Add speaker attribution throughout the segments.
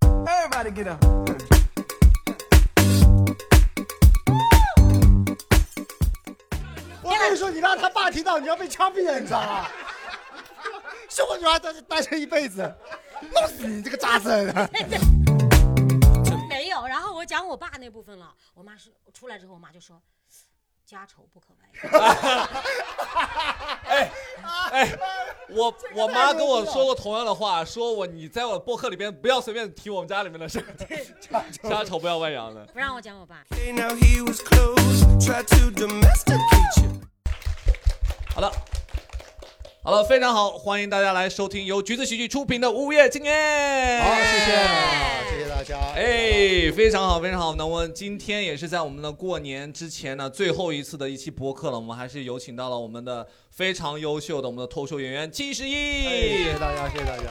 Speaker 1: gotta get up. ，
Speaker 2: 我跟你说，你让他爸听到，你要被枪毙了，你知道吗？ 是我女儿单单身一辈子，弄死你这个渣子！
Speaker 3: 没有。然后我讲我爸那部分了，我妈是出来之后，我妈就说。家丑不可外扬，
Speaker 4: 我我妈跟我说过同样的话，说我你在我播客里边不要随便提我们家里面的事 儿，家丑不要外扬的。
Speaker 3: 不让我讲我爸。
Speaker 5: Hey, now he was close, tried to domesticate you.
Speaker 4: 好的，好了，非常好，欢迎大家来收听由橘子喜剧出品的《午夜经验》。
Speaker 2: 好，谢谢，谢谢大家。
Speaker 4: 哎，非常好，非常好。那我们今天也是在我们的过年之前呢，最后一次的一期播客了。我们还是有请到了我们的非常优秀的我们的脱口秀演员七十
Speaker 2: 哎，
Speaker 4: 一
Speaker 2: 谢，谢大家，谢谢大家。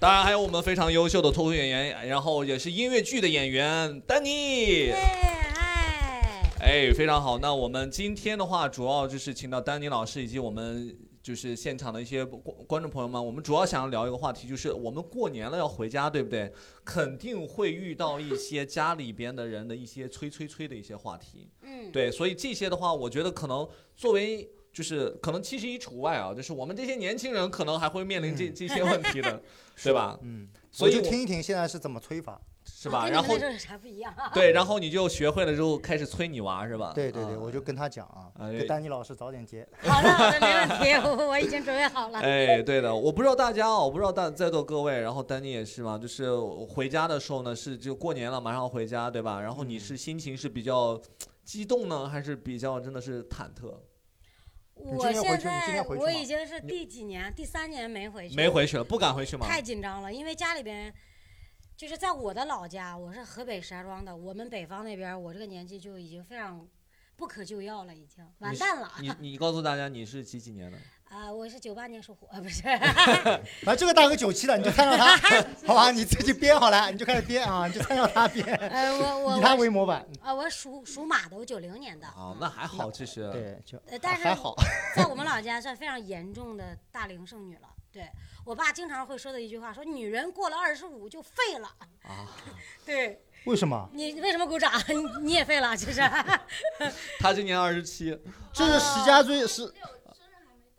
Speaker 4: 当然还有我们非常优秀的脱口秀演员，然后也是音乐剧的演员丹尼
Speaker 3: 耶。，哎，
Speaker 4: 哎，非常好。那我们今天的话，主要就是请到丹尼老师以及我们就是现场的一些观观众朋友们，我们主要想要聊一个话题，就是我们过年了要回家，对不对？肯定会遇到一些家里边的人的一些催催催的一些话题。
Speaker 3: 嗯，
Speaker 4: 对，所以这些的话，我觉得可能作为就是可能七十一除外啊，就是我们这些年轻人可能还会面临这这些问 题的，对吧？
Speaker 2: 嗯，
Speaker 4: 所以
Speaker 2: 我就
Speaker 4: 我
Speaker 2: 听一听现在是怎么催法。
Speaker 4: 是吧？
Speaker 3: 啊跟
Speaker 4: 然
Speaker 3: 你
Speaker 4: 后
Speaker 3: 们那阵儿还不一样。啊
Speaker 4: 对，然后你就学会了之后开始催你娃是吧？
Speaker 2: 对对对，
Speaker 4: 啊
Speaker 2: 我就跟他讲啊，
Speaker 4: 哎
Speaker 2: 给丹尼老师早点接。
Speaker 3: 好的，好的，没问题，我我已经准备好了。
Speaker 4: 哎，对的，我不知道大家哦，我不知道大在座各位，然后丹尼也是嘛，就是我回家的时候呢，是就过年了，马上要回家，对吧？然后
Speaker 2: 嗯
Speaker 4: 你是心情是比较激动呢，还是比较真的是忐忑？
Speaker 2: 你今
Speaker 3: 我
Speaker 2: 天回
Speaker 3: 现
Speaker 2: 去你今天
Speaker 3: 在
Speaker 2: 回去
Speaker 3: 我
Speaker 2: 吗
Speaker 3: 已经是第几年，第三年没回去，
Speaker 4: 没回去了，不敢回去吗？
Speaker 3: 太紧张了，因为家里边就是在我的老家，我是河北石家庄的，我们北方那边，我这个年纪就已经非常不可救药了，已经完蛋了。
Speaker 4: 你你告诉大家你是几几年的？
Speaker 3: 啊、我是九八年属虎，啊，不是，
Speaker 2: 反正这个大哥九七了，你就参照 他，好吧？你自己编好了，你就开始编啊，你就参照他 编，
Speaker 3: 呃，我我
Speaker 2: 以
Speaker 3: 我
Speaker 2: 他
Speaker 3: 啊、
Speaker 2: 为模板。
Speaker 3: 我属属马的，我九零年的。
Speaker 4: 啊，那还好，这是
Speaker 2: 对，就
Speaker 3: 呃，但是
Speaker 2: 还好。
Speaker 3: 在我们老家算非常严重的大龄剩女了。对我爸经常会说的一句话，说女人过了二十五就废了。
Speaker 4: 啊，
Speaker 3: 对
Speaker 2: 为什么？
Speaker 3: 你为什么鼓掌？ 你你也废了，就是。
Speaker 4: 他今年二十七，
Speaker 2: 这是石家庄是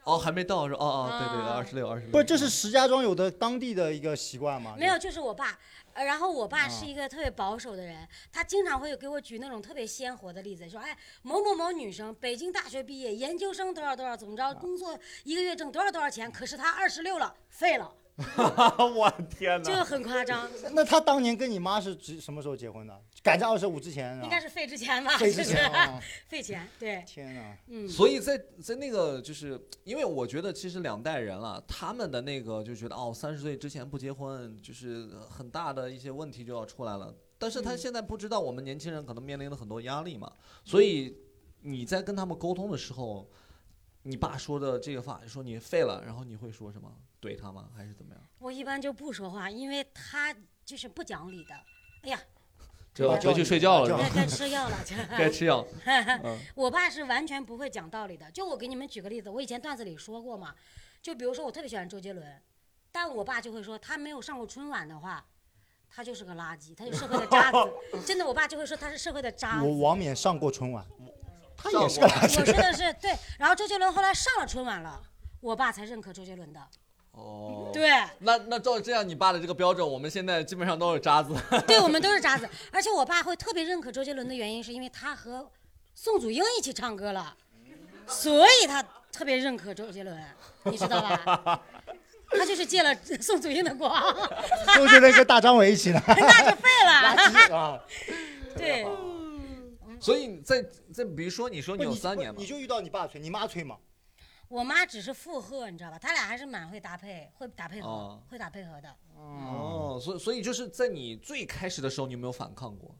Speaker 4: 哦，还没到是吧？哦哦，对对对，
Speaker 3: 啊
Speaker 4: 二十六，二十六。
Speaker 2: 不？这是石家庄有的当地的一个习惯吗？
Speaker 3: 没有，就是我爸。呃，然后我爸
Speaker 2: 啊
Speaker 3: 是一个特别保守的人，他经常会给我举那种特别鲜活的例子，说，哎，某某某女生，北京大学毕业，研究生多少多少，怎么
Speaker 2: 啊
Speaker 3: 着，工作一个月挣多少多少钱，可是她二十六了，废了，
Speaker 4: 我天
Speaker 3: 就！很夸张，
Speaker 2: 那他当年跟你妈是指什么时候结婚的？赶在二十五之前，
Speaker 3: 应该
Speaker 2: 是吧
Speaker 3: 是废之前吧，
Speaker 2: 非之前
Speaker 3: 就是
Speaker 2: 啊！
Speaker 3: 废钱，对，
Speaker 2: 天啊哪，
Speaker 3: 嗯，
Speaker 4: 所以在在那个就是因为我觉得其实两代人了，他们的那个就觉得哦，三十岁之前不结婚，就是很大的一些问题就要出来了。但是他
Speaker 3: 嗯
Speaker 4: 现在不知道我们年轻人可能面临了很多压力嘛，所以你在跟他们沟通的时候，你爸说的这个话，说你废了，然后你会说什么？怼他吗？还是怎么样？
Speaker 3: 我一般就不说话，因为他就是不讲理的，哎呀，
Speaker 4: 就
Speaker 2: 啊
Speaker 4: 回去睡觉了是
Speaker 2: 啊
Speaker 3: 该
Speaker 4: 吧？
Speaker 3: 该吃药了， 就
Speaker 4: 该吃药。嗯
Speaker 3: 我爸是完全不会讲道理的。就我给你们举个例子，我以前段子里说过嘛，就比如说我特别喜欢周杰伦，但我爸就会说他没有上过春晚的话，他就是个垃圾，他就是社会的 渣子。真的，我爸就会说他是社会的渣
Speaker 2: 我
Speaker 3: 子。
Speaker 2: 王冕上过春晚，他也
Speaker 4: 上
Speaker 2: 是
Speaker 4: 过
Speaker 2: 个垃圾
Speaker 3: 我说的是对，然后周杰伦后来上了春晚了，我爸才认可周杰伦的。
Speaker 4: 哦。
Speaker 3: 对，
Speaker 4: 那那照这样你爸的这个标准，我们现在基本上都是渣子。
Speaker 3: 对我们都是渣子。而且我爸会特别认可周杰伦的原因，是因为他和宋祖英一起唱歌了，所以他特别认可周杰伦，你知道吧？他就是借了宋祖英的光，
Speaker 2: 周杰伦跟大张伟一起 的，
Speaker 3: 那就废
Speaker 2: 垃
Speaker 3: 了。
Speaker 2: 圾啊！
Speaker 3: 对，
Speaker 4: 所以在在比如说，你说你有
Speaker 2: 不
Speaker 4: 三年嘛
Speaker 2: 你，就遇到你爸催，你妈催嘛？
Speaker 3: 我妈只是附和，你知道吧？他俩还是蛮会搭配，会打配合，
Speaker 4: 哦
Speaker 3: 会打配合的。
Speaker 4: 哦，所以所以就是在你最开始的时候，你有没有反抗过？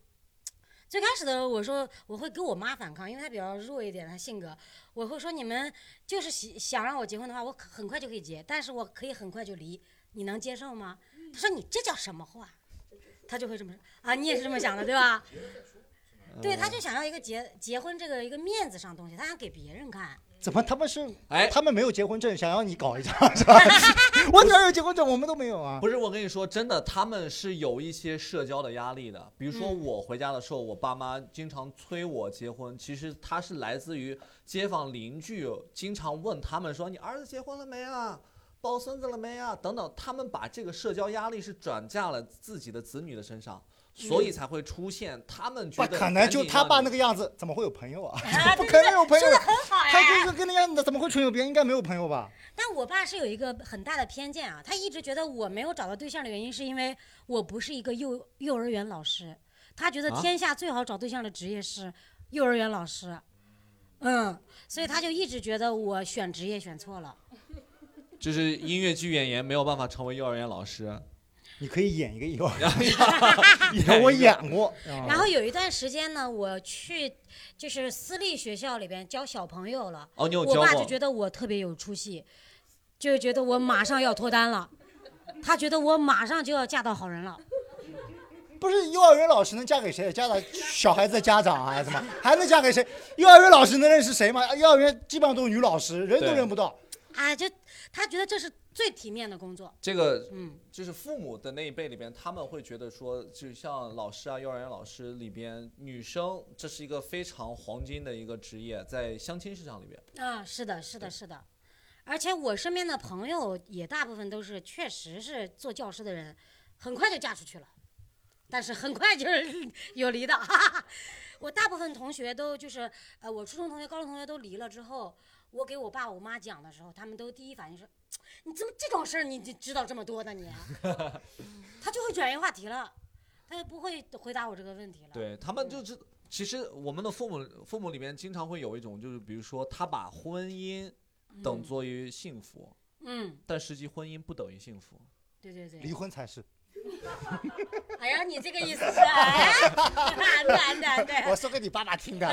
Speaker 3: 最开始的时候，我说我会跟我妈反抗，因为她比较弱一点，她性格，我会说你们就是喜想让我结婚的话，我可很快就可以结，但是我可以很快就离，你能接受吗？她说你这叫什么话？她就会这么说啊，你也是这么想的对吧？对，她就想要一个结结婚这个一个面子上的东西，她想给别人看，
Speaker 2: 怎么他们是
Speaker 4: 嗯哎
Speaker 2: 他们没有结婚证，想要你搞一张是吧？ 我哪有结婚证？我们都没有啊。
Speaker 4: 不是，我跟你说，真的，他们是有一些社交的压力的。比如说
Speaker 3: 嗯
Speaker 4: 我回家的时候，我爸妈经常催我结婚，其实他是来自于街坊邻居，经常问他们说：“你儿子结婚了没啊？抱孙子了没啊？”等等，他们把这个社交压力是转嫁了自己的子女的身上，所以才会出现他们觉
Speaker 2: 不
Speaker 4: 得
Speaker 2: 可能，就他爸那
Speaker 4: 个。
Speaker 2: 个样子，怎么会有朋友啊？ 不可能有朋友
Speaker 3: 说的，很好哎呀、
Speaker 2: 他就是跟那样子，怎么会纯友别？应该没有朋友吧？
Speaker 3: 但我爸是有一个很大的偏见啊，他一直觉得我没有找到对象的原因是因为我不是一个幼幼儿园老师，他觉得
Speaker 4: 啊
Speaker 3: 天下最好找对象的职业是幼儿园老师，嗯，所以他就一直觉得我选职业选错了。
Speaker 4: 就是音乐剧演员没有办法成为幼儿园老师，
Speaker 2: 你可以演一个 幼儿
Speaker 4: 演
Speaker 2: 园，
Speaker 4: 一
Speaker 2: 我
Speaker 4: 个
Speaker 2: 演过。
Speaker 4: 哦
Speaker 3: 然后有一段时间呢，我去就是私立学校里边教小朋友了，
Speaker 4: 哦，你有
Speaker 3: 我
Speaker 4: 教
Speaker 3: 爸就
Speaker 4: 过？
Speaker 3: 觉得我特别有出息，就觉得我马上要脱单了，他觉得我马上就要嫁到好人了。
Speaker 2: 不是幼儿园老师能嫁给谁？嫁到小孩子的家长啊，什么还能嫁给谁？幼儿园老师能认识谁吗？幼儿园基本上都是女老师，人都
Speaker 4: 对
Speaker 2: 认不到。
Speaker 3: 啊，就他觉得这是最体面的工作，
Speaker 4: 这个
Speaker 3: 嗯，
Speaker 4: 就是父母的那一辈里边，他们会觉得说，就像老师啊、幼儿园老师里边，女生这是一个非常黄金的一个职业，在相亲市场里边。
Speaker 3: 啊，是的，是的，是的，而且我身边的朋友也大部分都是确实是做教师的人，很快就嫁出去了，但是很快就是 有离的， 哈哈哈。我大部分同学都就是，呃，我初中同学、高中同学都离了之后，我给我爸我妈讲的时候，他们都第一反应是，你怎么这种事儿你你知道这么多呢你？啊 他就会转移话题了，他就不会回答我这个问题了。
Speaker 4: 对他们就是，其实我们的父母父母里边经常会有一种，就是比如说他把婚姻
Speaker 3: 嗯，
Speaker 4: 等作于幸福，
Speaker 3: 嗯，
Speaker 4: 但实际婚姻不等于幸福。
Speaker 3: 对对对，
Speaker 2: 离婚才是。
Speaker 3: 哎呀，你这个意思是？哎，对对对
Speaker 2: 我说给你爸爸 听的，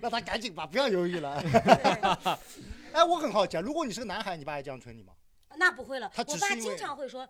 Speaker 2: 让他赶紧吧，不要犹豫了。
Speaker 3: 对，
Speaker 2: 哎，我很好奇，啊，如果你是个男孩，你爸还这样催你吗？
Speaker 3: 那不会了。
Speaker 2: 他
Speaker 3: 我
Speaker 2: 只是
Speaker 3: 爸
Speaker 2: 因为
Speaker 3: 经常会说，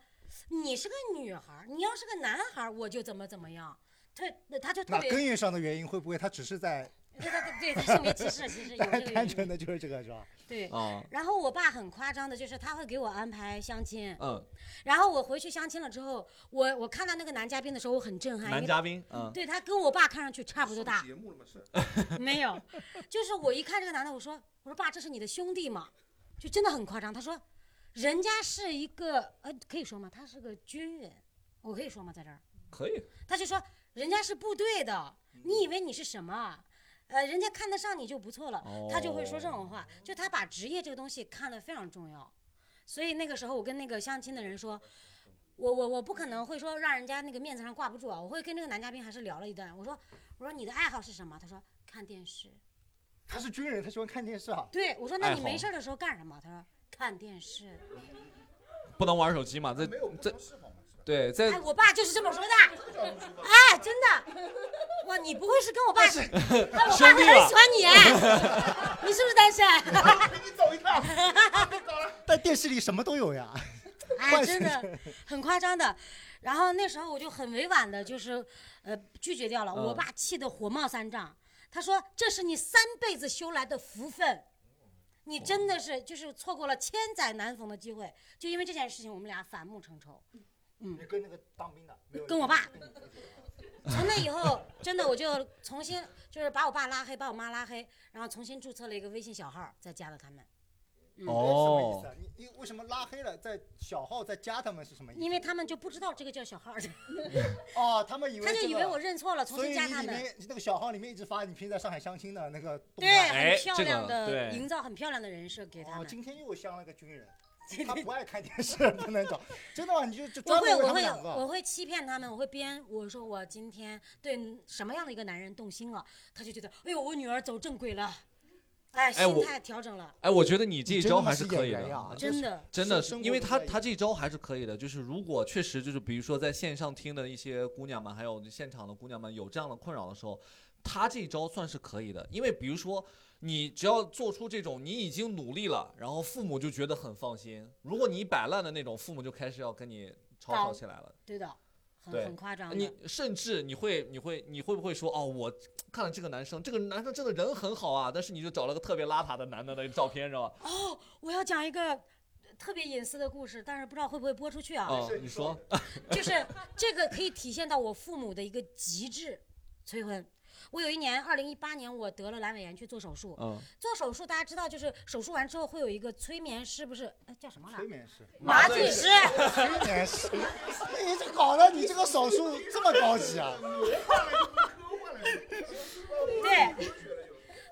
Speaker 3: 你是个女孩儿，你要是个男孩儿，我就怎么怎么样。对，那他就特
Speaker 2: 那
Speaker 3: 别，
Speaker 2: 根源上的原因会不会他只是在
Speaker 3: 对对对，对他性别歧视其实有这
Speaker 2: 单
Speaker 3: 个 原
Speaker 2: 单纯
Speaker 3: 因。
Speaker 2: 的就是这个是吧？
Speaker 3: 对，
Speaker 4: 啊、
Speaker 3: 然后我爸很夸张的，就是他会给我安排相亲，
Speaker 4: 嗯，
Speaker 3: 然后我回去相亲了之后，我我看到那个男嘉宾的时候，我很震撼，因
Speaker 4: 男
Speaker 3: 为
Speaker 4: 嘉宾，嗯，
Speaker 3: 对他跟我爸看上去差不多大，
Speaker 1: 目了吗？是。
Speaker 3: 没有，就是我一看这个男的，我说我说爸，这是你的兄弟吗？就真的很夸张。他说，人家是一个呃，可以说吗？他是个军人，我可以说吗？在这儿，
Speaker 4: 可以，
Speaker 3: 他就说人家是部队的，你以为你是什么啊？呃，人家看得上你就不错了。他就会说这种话，就他把职业这个东西看得非常重要。所以那个时候，我跟那个相亲的人说，我我我不可能会说让人家那个面子上挂不住啊，我会跟那个男嘉宾还是聊了一段。我说我说你的爱好是什么？他说看电视。
Speaker 2: 他是军人，他喜欢看电视啊。
Speaker 3: 对，我说那
Speaker 4: 爱
Speaker 3: 你没
Speaker 4: 好
Speaker 3: 事儿的时候干什么？他说看电视。
Speaker 4: 不能玩手机嘛，在在对在
Speaker 3: 哎，我爸就是这么说的。哎，真的。哇，你不会是跟我爸？哎，我爸会
Speaker 4: 兄
Speaker 3: 很
Speaker 4: 弟啊吧
Speaker 3: 喜欢你哎。 你是不是单身？啊
Speaker 2: 但电视里什么都有呀。
Speaker 3: 哎，真的很夸张的。然后那时候我就很委婉的，就是呃拒绝掉了。我
Speaker 4: 嗯
Speaker 3: 爸气得火冒三丈，他说：“这是你三辈子修来的福分，你真的是就是错过了千载难逢的机会。”就因为这件事情，我们俩反目成仇。
Speaker 2: 你跟那个当兵的，
Speaker 3: 跟我爸。 从那以后，真的我就重新就是把我爸拉黑，把我妈拉黑，然后重新注册了一个微信小号，再加了他们。
Speaker 2: 哦，什么意
Speaker 4: 哦
Speaker 2: 思，啊？你你为什么拉黑了？在小号在加他们是什么意思？
Speaker 3: 因为他们就不知道这个叫小号，他
Speaker 2: 哦，他们以为
Speaker 3: 就
Speaker 2: 这
Speaker 3: 以
Speaker 2: 个
Speaker 3: 为我认错了，重
Speaker 2: 所以
Speaker 3: 新
Speaker 2: 你
Speaker 3: 加他
Speaker 2: 里
Speaker 3: 们。
Speaker 2: 面那个小号里面一直发你平时在上海相亲的那个动
Speaker 3: 对，
Speaker 2: 态。
Speaker 4: 哎
Speaker 3: 很漂
Speaker 4: 这个
Speaker 3: 亮的，
Speaker 4: 对
Speaker 3: 营造很漂亮的人设给他
Speaker 2: 哦，
Speaker 3: 们。
Speaker 2: 今天又相了个军 人，他不爱看电视，不能找。真的吗？你就就
Speaker 3: 我
Speaker 2: 专
Speaker 3: 会，
Speaker 2: 门为
Speaker 3: 我
Speaker 2: 他们
Speaker 3: 会，
Speaker 2: 两个
Speaker 3: 我。会欺骗他们，我会编，我说我今天对什么样的一个男人动心了，他就觉得，哎呦，我女儿走正轨了，哎，
Speaker 4: 哎我
Speaker 3: 心态调整了，
Speaker 4: 哎，我觉得你这一
Speaker 2: 真
Speaker 4: 招
Speaker 2: 他妈
Speaker 4: 还
Speaker 2: 是演
Speaker 4: 可以
Speaker 2: 员
Speaker 4: 的啊
Speaker 2: 呀，
Speaker 3: 真的。
Speaker 4: 真的
Speaker 2: 生
Speaker 4: 是，
Speaker 2: 生
Speaker 4: 因
Speaker 2: 活
Speaker 4: 为
Speaker 2: 中
Speaker 4: 他
Speaker 2: 在
Speaker 4: 他这一招还是可以的，就是如果确实就是比如说在线上听的一些姑娘们，还有现场的姑娘们有这样的困扰的时候，他这一招算是可以的，因为比如说你只要做出这种你已经努力了，然后父母就觉得很放心，如果你摆烂的那种，父母就开始要跟你吵
Speaker 3: 搞
Speaker 4: 吵起来了。
Speaker 3: 对的，很
Speaker 4: 对
Speaker 3: 很夸张
Speaker 4: 你
Speaker 3: 的。
Speaker 4: 甚至你会你会你会不会说哦，我看了这个男生，这个男生真的人很好啊，但是你就找了个特别邋遢的男的的照片，知道吧？
Speaker 3: 哦我要讲一个呃特别隐私的故事，但是不知道会不会播出去啊？
Speaker 4: 哦，你说，
Speaker 3: 就是这个可以体现到我父母的一个极致催婚。我有一年，二零一八年，我得了阑尾炎去做手术。
Speaker 4: 嗯，
Speaker 3: 做手术大家知道，就是手术完之后会有一个催眠师，不是？哎，叫什么来
Speaker 2: 催？眠 师，
Speaker 3: 麻醉师。
Speaker 2: 催眠师，你这搞得你这个手术这么高级啊？
Speaker 3: 嗯对，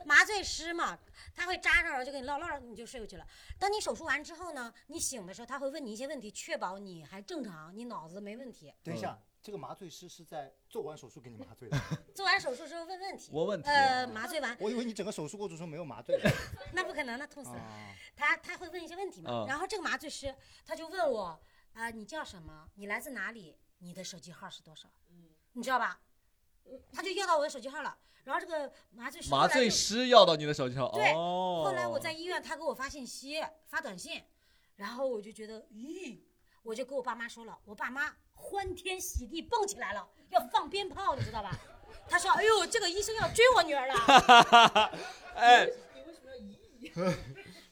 Speaker 3: 麻醉师嘛，他会扎上了就给你唠唠着，你就睡过去了。当你手术完之后呢，你醒的时候他会问你一些问题，确保你还正常，你脑子没问题。
Speaker 2: 等一下，这个麻醉师是在做完手术给你麻醉的，
Speaker 3: 做完手术之后问问题，
Speaker 4: 我问题啊
Speaker 3: 呃，麻醉完
Speaker 2: 我以为你整个手术过程中没有麻 醉的。
Speaker 3: 那不可能，那痛死了。
Speaker 2: 啊，
Speaker 3: 他他会问一些问题嘛，
Speaker 4: 嗯
Speaker 3: 然后这个麻醉师他就问我啊、你叫什么？你来自哪里？你的手机号是多少？
Speaker 4: 嗯
Speaker 3: 你知道吧？他就要到我的手机号了。然后这个麻醉师后
Speaker 4: 麻
Speaker 3: 来
Speaker 4: 醉
Speaker 3: 就
Speaker 4: 师要到你的手机上，
Speaker 3: 对
Speaker 4: 哦，
Speaker 3: 后来我在医院，他给我发信息、发短信，然后我就觉得，咦，我就跟我爸妈说了，我爸妈欢天喜地蹦起来了，要放鞭炮，你知道吧？ 他说，哎呦，这个医生要追我女儿了。
Speaker 4: 哎，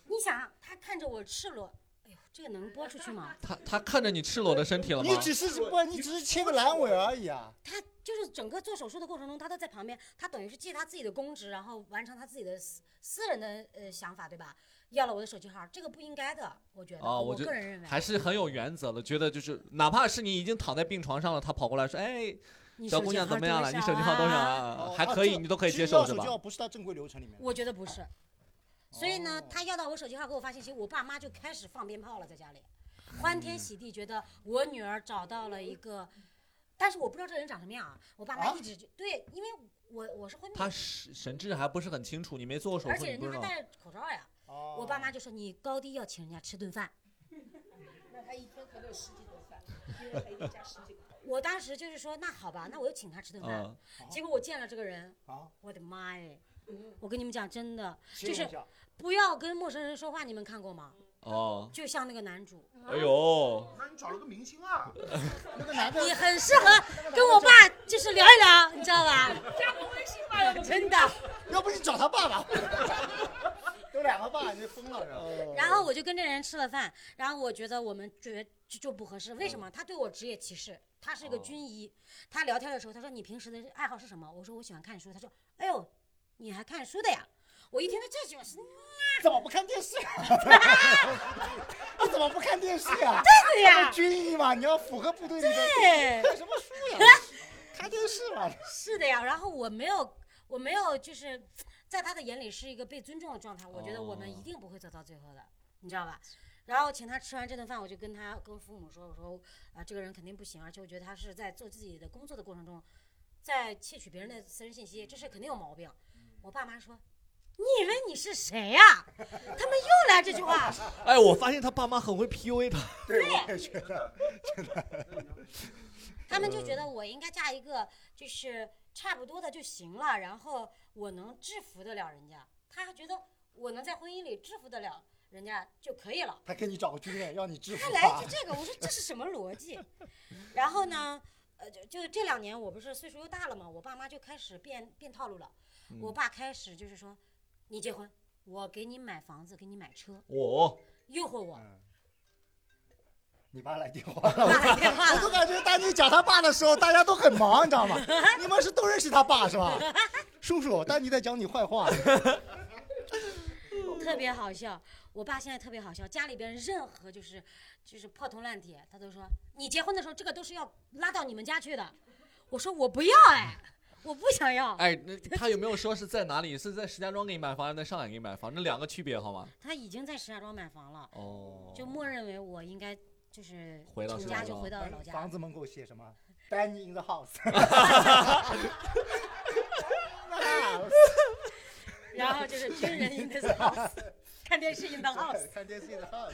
Speaker 3: 你想，他看着我赤裸，哎呦，这个能播出去吗？
Speaker 4: 他他看着你赤裸的身体了吗
Speaker 2: 你？只是不，你只是切个阑尾而已啊。
Speaker 3: 他就是整个做手术的过程中，他都在旁边，他等于是借他自己的公职，然后完成他自己的私私人的呃想法，对吧？要了我的手机号，这个不应该的，我觉得，
Speaker 4: 啊，
Speaker 3: 我
Speaker 4: 觉
Speaker 3: 个人认为，
Speaker 4: 还是很有原则的，觉得就是哪怕是你已经躺在病床上了，他跑过来说，哎，
Speaker 3: 你
Speaker 4: 小
Speaker 3: 手
Speaker 4: 姑
Speaker 3: 机
Speaker 4: 娘
Speaker 3: 号
Speaker 4: 怎么样了？你
Speaker 3: 少
Speaker 4: 手机号多少
Speaker 3: 啊？
Speaker 4: 啊？
Speaker 2: 哦
Speaker 4: 还
Speaker 2: 啊
Speaker 4: 可以，
Speaker 2: 这
Speaker 4: 你都可以
Speaker 2: 其
Speaker 4: 接
Speaker 2: 实要
Speaker 4: 受是
Speaker 2: 手
Speaker 4: 吧
Speaker 2: 机？号不是到正规流程里面的。
Speaker 3: 我觉得不是。所以呢
Speaker 2: 哦，
Speaker 3: 他要到我手机号给我发信息，我爸妈就开始放鞭炮了，在家里，欢
Speaker 4: 嗯
Speaker 3: 天喜地，觉得我女儿找到了一个，但是我不知道这人长什么样啊。我爸妈
Speaker 2: 啊
Speaker 3: 一直就对，因为我我是昏迷，
Speaker 4: 他神神志还不是很清楚，你没做过手
Speaker 3: 而
Speaker 4: 术，
Speaker 3: 且
Speaker 4: 你
Speaker 3: 人家
Speaker 4: 不知
Speaker 3: 还
Speaker 4: 道。
Speaker 3: 戴着口罩呀。
Speaker 2: 哦
Speaker 3: 我爸妈就说你高低要请人家吃顿 饭。 我当时就是说，那好吧，那我就请他吃顿饭。
Speaker 4: 嗯，
Speaker 3: 结果我见了这个人，
Speaker 2: 啊，
Speaker 3: 我的妈哎！我跟你们讲，真的
Speaker 2: 形容一
Speaker 3: 就
Speaker 2: 下
Speaker 3: 不要跟陌生人说话，你们看过吗？
Speaker 4: 哦，
Speaker 3: 就像那个男主，
Speaker 4: 哎呦，
Speaker 1: 那你找了个明星啊？
Speaker 2: 那个男的，
Speaker 3: 你很适合跟我爸就是聊一聊，你知道吧？ 加个微信吧，真的。
Speaker 2: 要不你找他爸爸，有两个爸，你疯了是吧？
Speaker 3: 然后我就跟这人吃了饭，然后我觉得我们觉就就不合适，为什么？他对我职业歧视，他是一个
Speaker 4: 哦
Speaker 3: 军医，他聊天的时候他说你平时的爱好是什么？我说我喜欢看书，他说哎呦，你还看书的呀？我一听到这句，我说
Speaker 2: 怎么不看电视啊？ 你怎么不看电视呀？
Speaker 3: 对
Speaker 2: 他们
Speaker 3: 呀，
Speaker 2: 军医嘛，你要符合部队里的。
Speaker 3: 对，
Speaker 2: 看什么书 呀？看电视嘛。
Speaker 3: 是的呀。然后我没有，我没有，就是在他的眼里是一个被尊重的状态，我觉得我们
Speaker 4: 哦
Speaker 3: 一定不会走到最后的，你知道吧？然后请他吃完这顿饭，我就跟他跟父母说，我说啊、这个人肯定不行，而且我觉得他是在做自己的工作的过程中，在窃取别人的私人信息，这事肯定有毛病。我爸妈说，你以为你是谁呀、他们又来这句话，
Speaker 4: 哎，我发现他爸妈很会 PUA 他。
Speaker 2: 对，我也觉得。
Speaker 3: 他们就觉得我应该嫁一个就是差不多的就行了，然后我能制服得了人家，他还觉得我能在婚姻里制服得了人家就可以了。
Speaker 2: 他给你找个军人，让你制
Speaker 3: 他
Speaker 2: 服啊
Speaker 3: 来
Speaker 2: 他
Speaker 3: 一句。这个，我说这是什么逻辑？然后呢，呃，就就这两年我不是岁数又大了嘛，我爸妈就开始变变套路了。我爸开始就是说，你结婚，我给你买房子，给你买车，
Speaker 4: 我
Speaker 3: 诱惑我。
Speaker 2: 嗯你爸来电话了，
Speaker 3: 爸来电话
Speaker 2: 我
Speaker 3: 了
Speaker 2: 都感觉丹妮讲他爸的时候，大家都很忙，你知道吗？你们是都认识他爸是 吧？叔叔，丹妮在讲你坏话。
Speaker 3: 特别好笑。我爸现在特别好笑，家里边任何就是就是破铜烂铁，他都说你结婚的时候这个都是要拉到你们家去的。我说我不要哎，我不想要。
Speaker 4: 哎，那他有没有说是在哪里？是在石家庄给你买房，还是在上海给你买房？那两个区别好吗？
Speaker 3: 他已经在石家庄买房了，
Speaker 4: 哦，
Speaker 3: 就默认为我应该就是
Speaker 4: 回到
Speaker 3: 成
Speaker 4: 石
Speaker 3: 家
Speaker 4: 家
Speaker 3: 就
Speaker 4: 庄
Speaker 3: 回到老
Speaker 2: 哎
Speaker 3: 家
Speaker 2: 房。子门口写什么丹妮 in the house。
Speaker 3: 然后 就是军人 in the house，看电视 in the house。
Speaker 2: 看电视 in the house。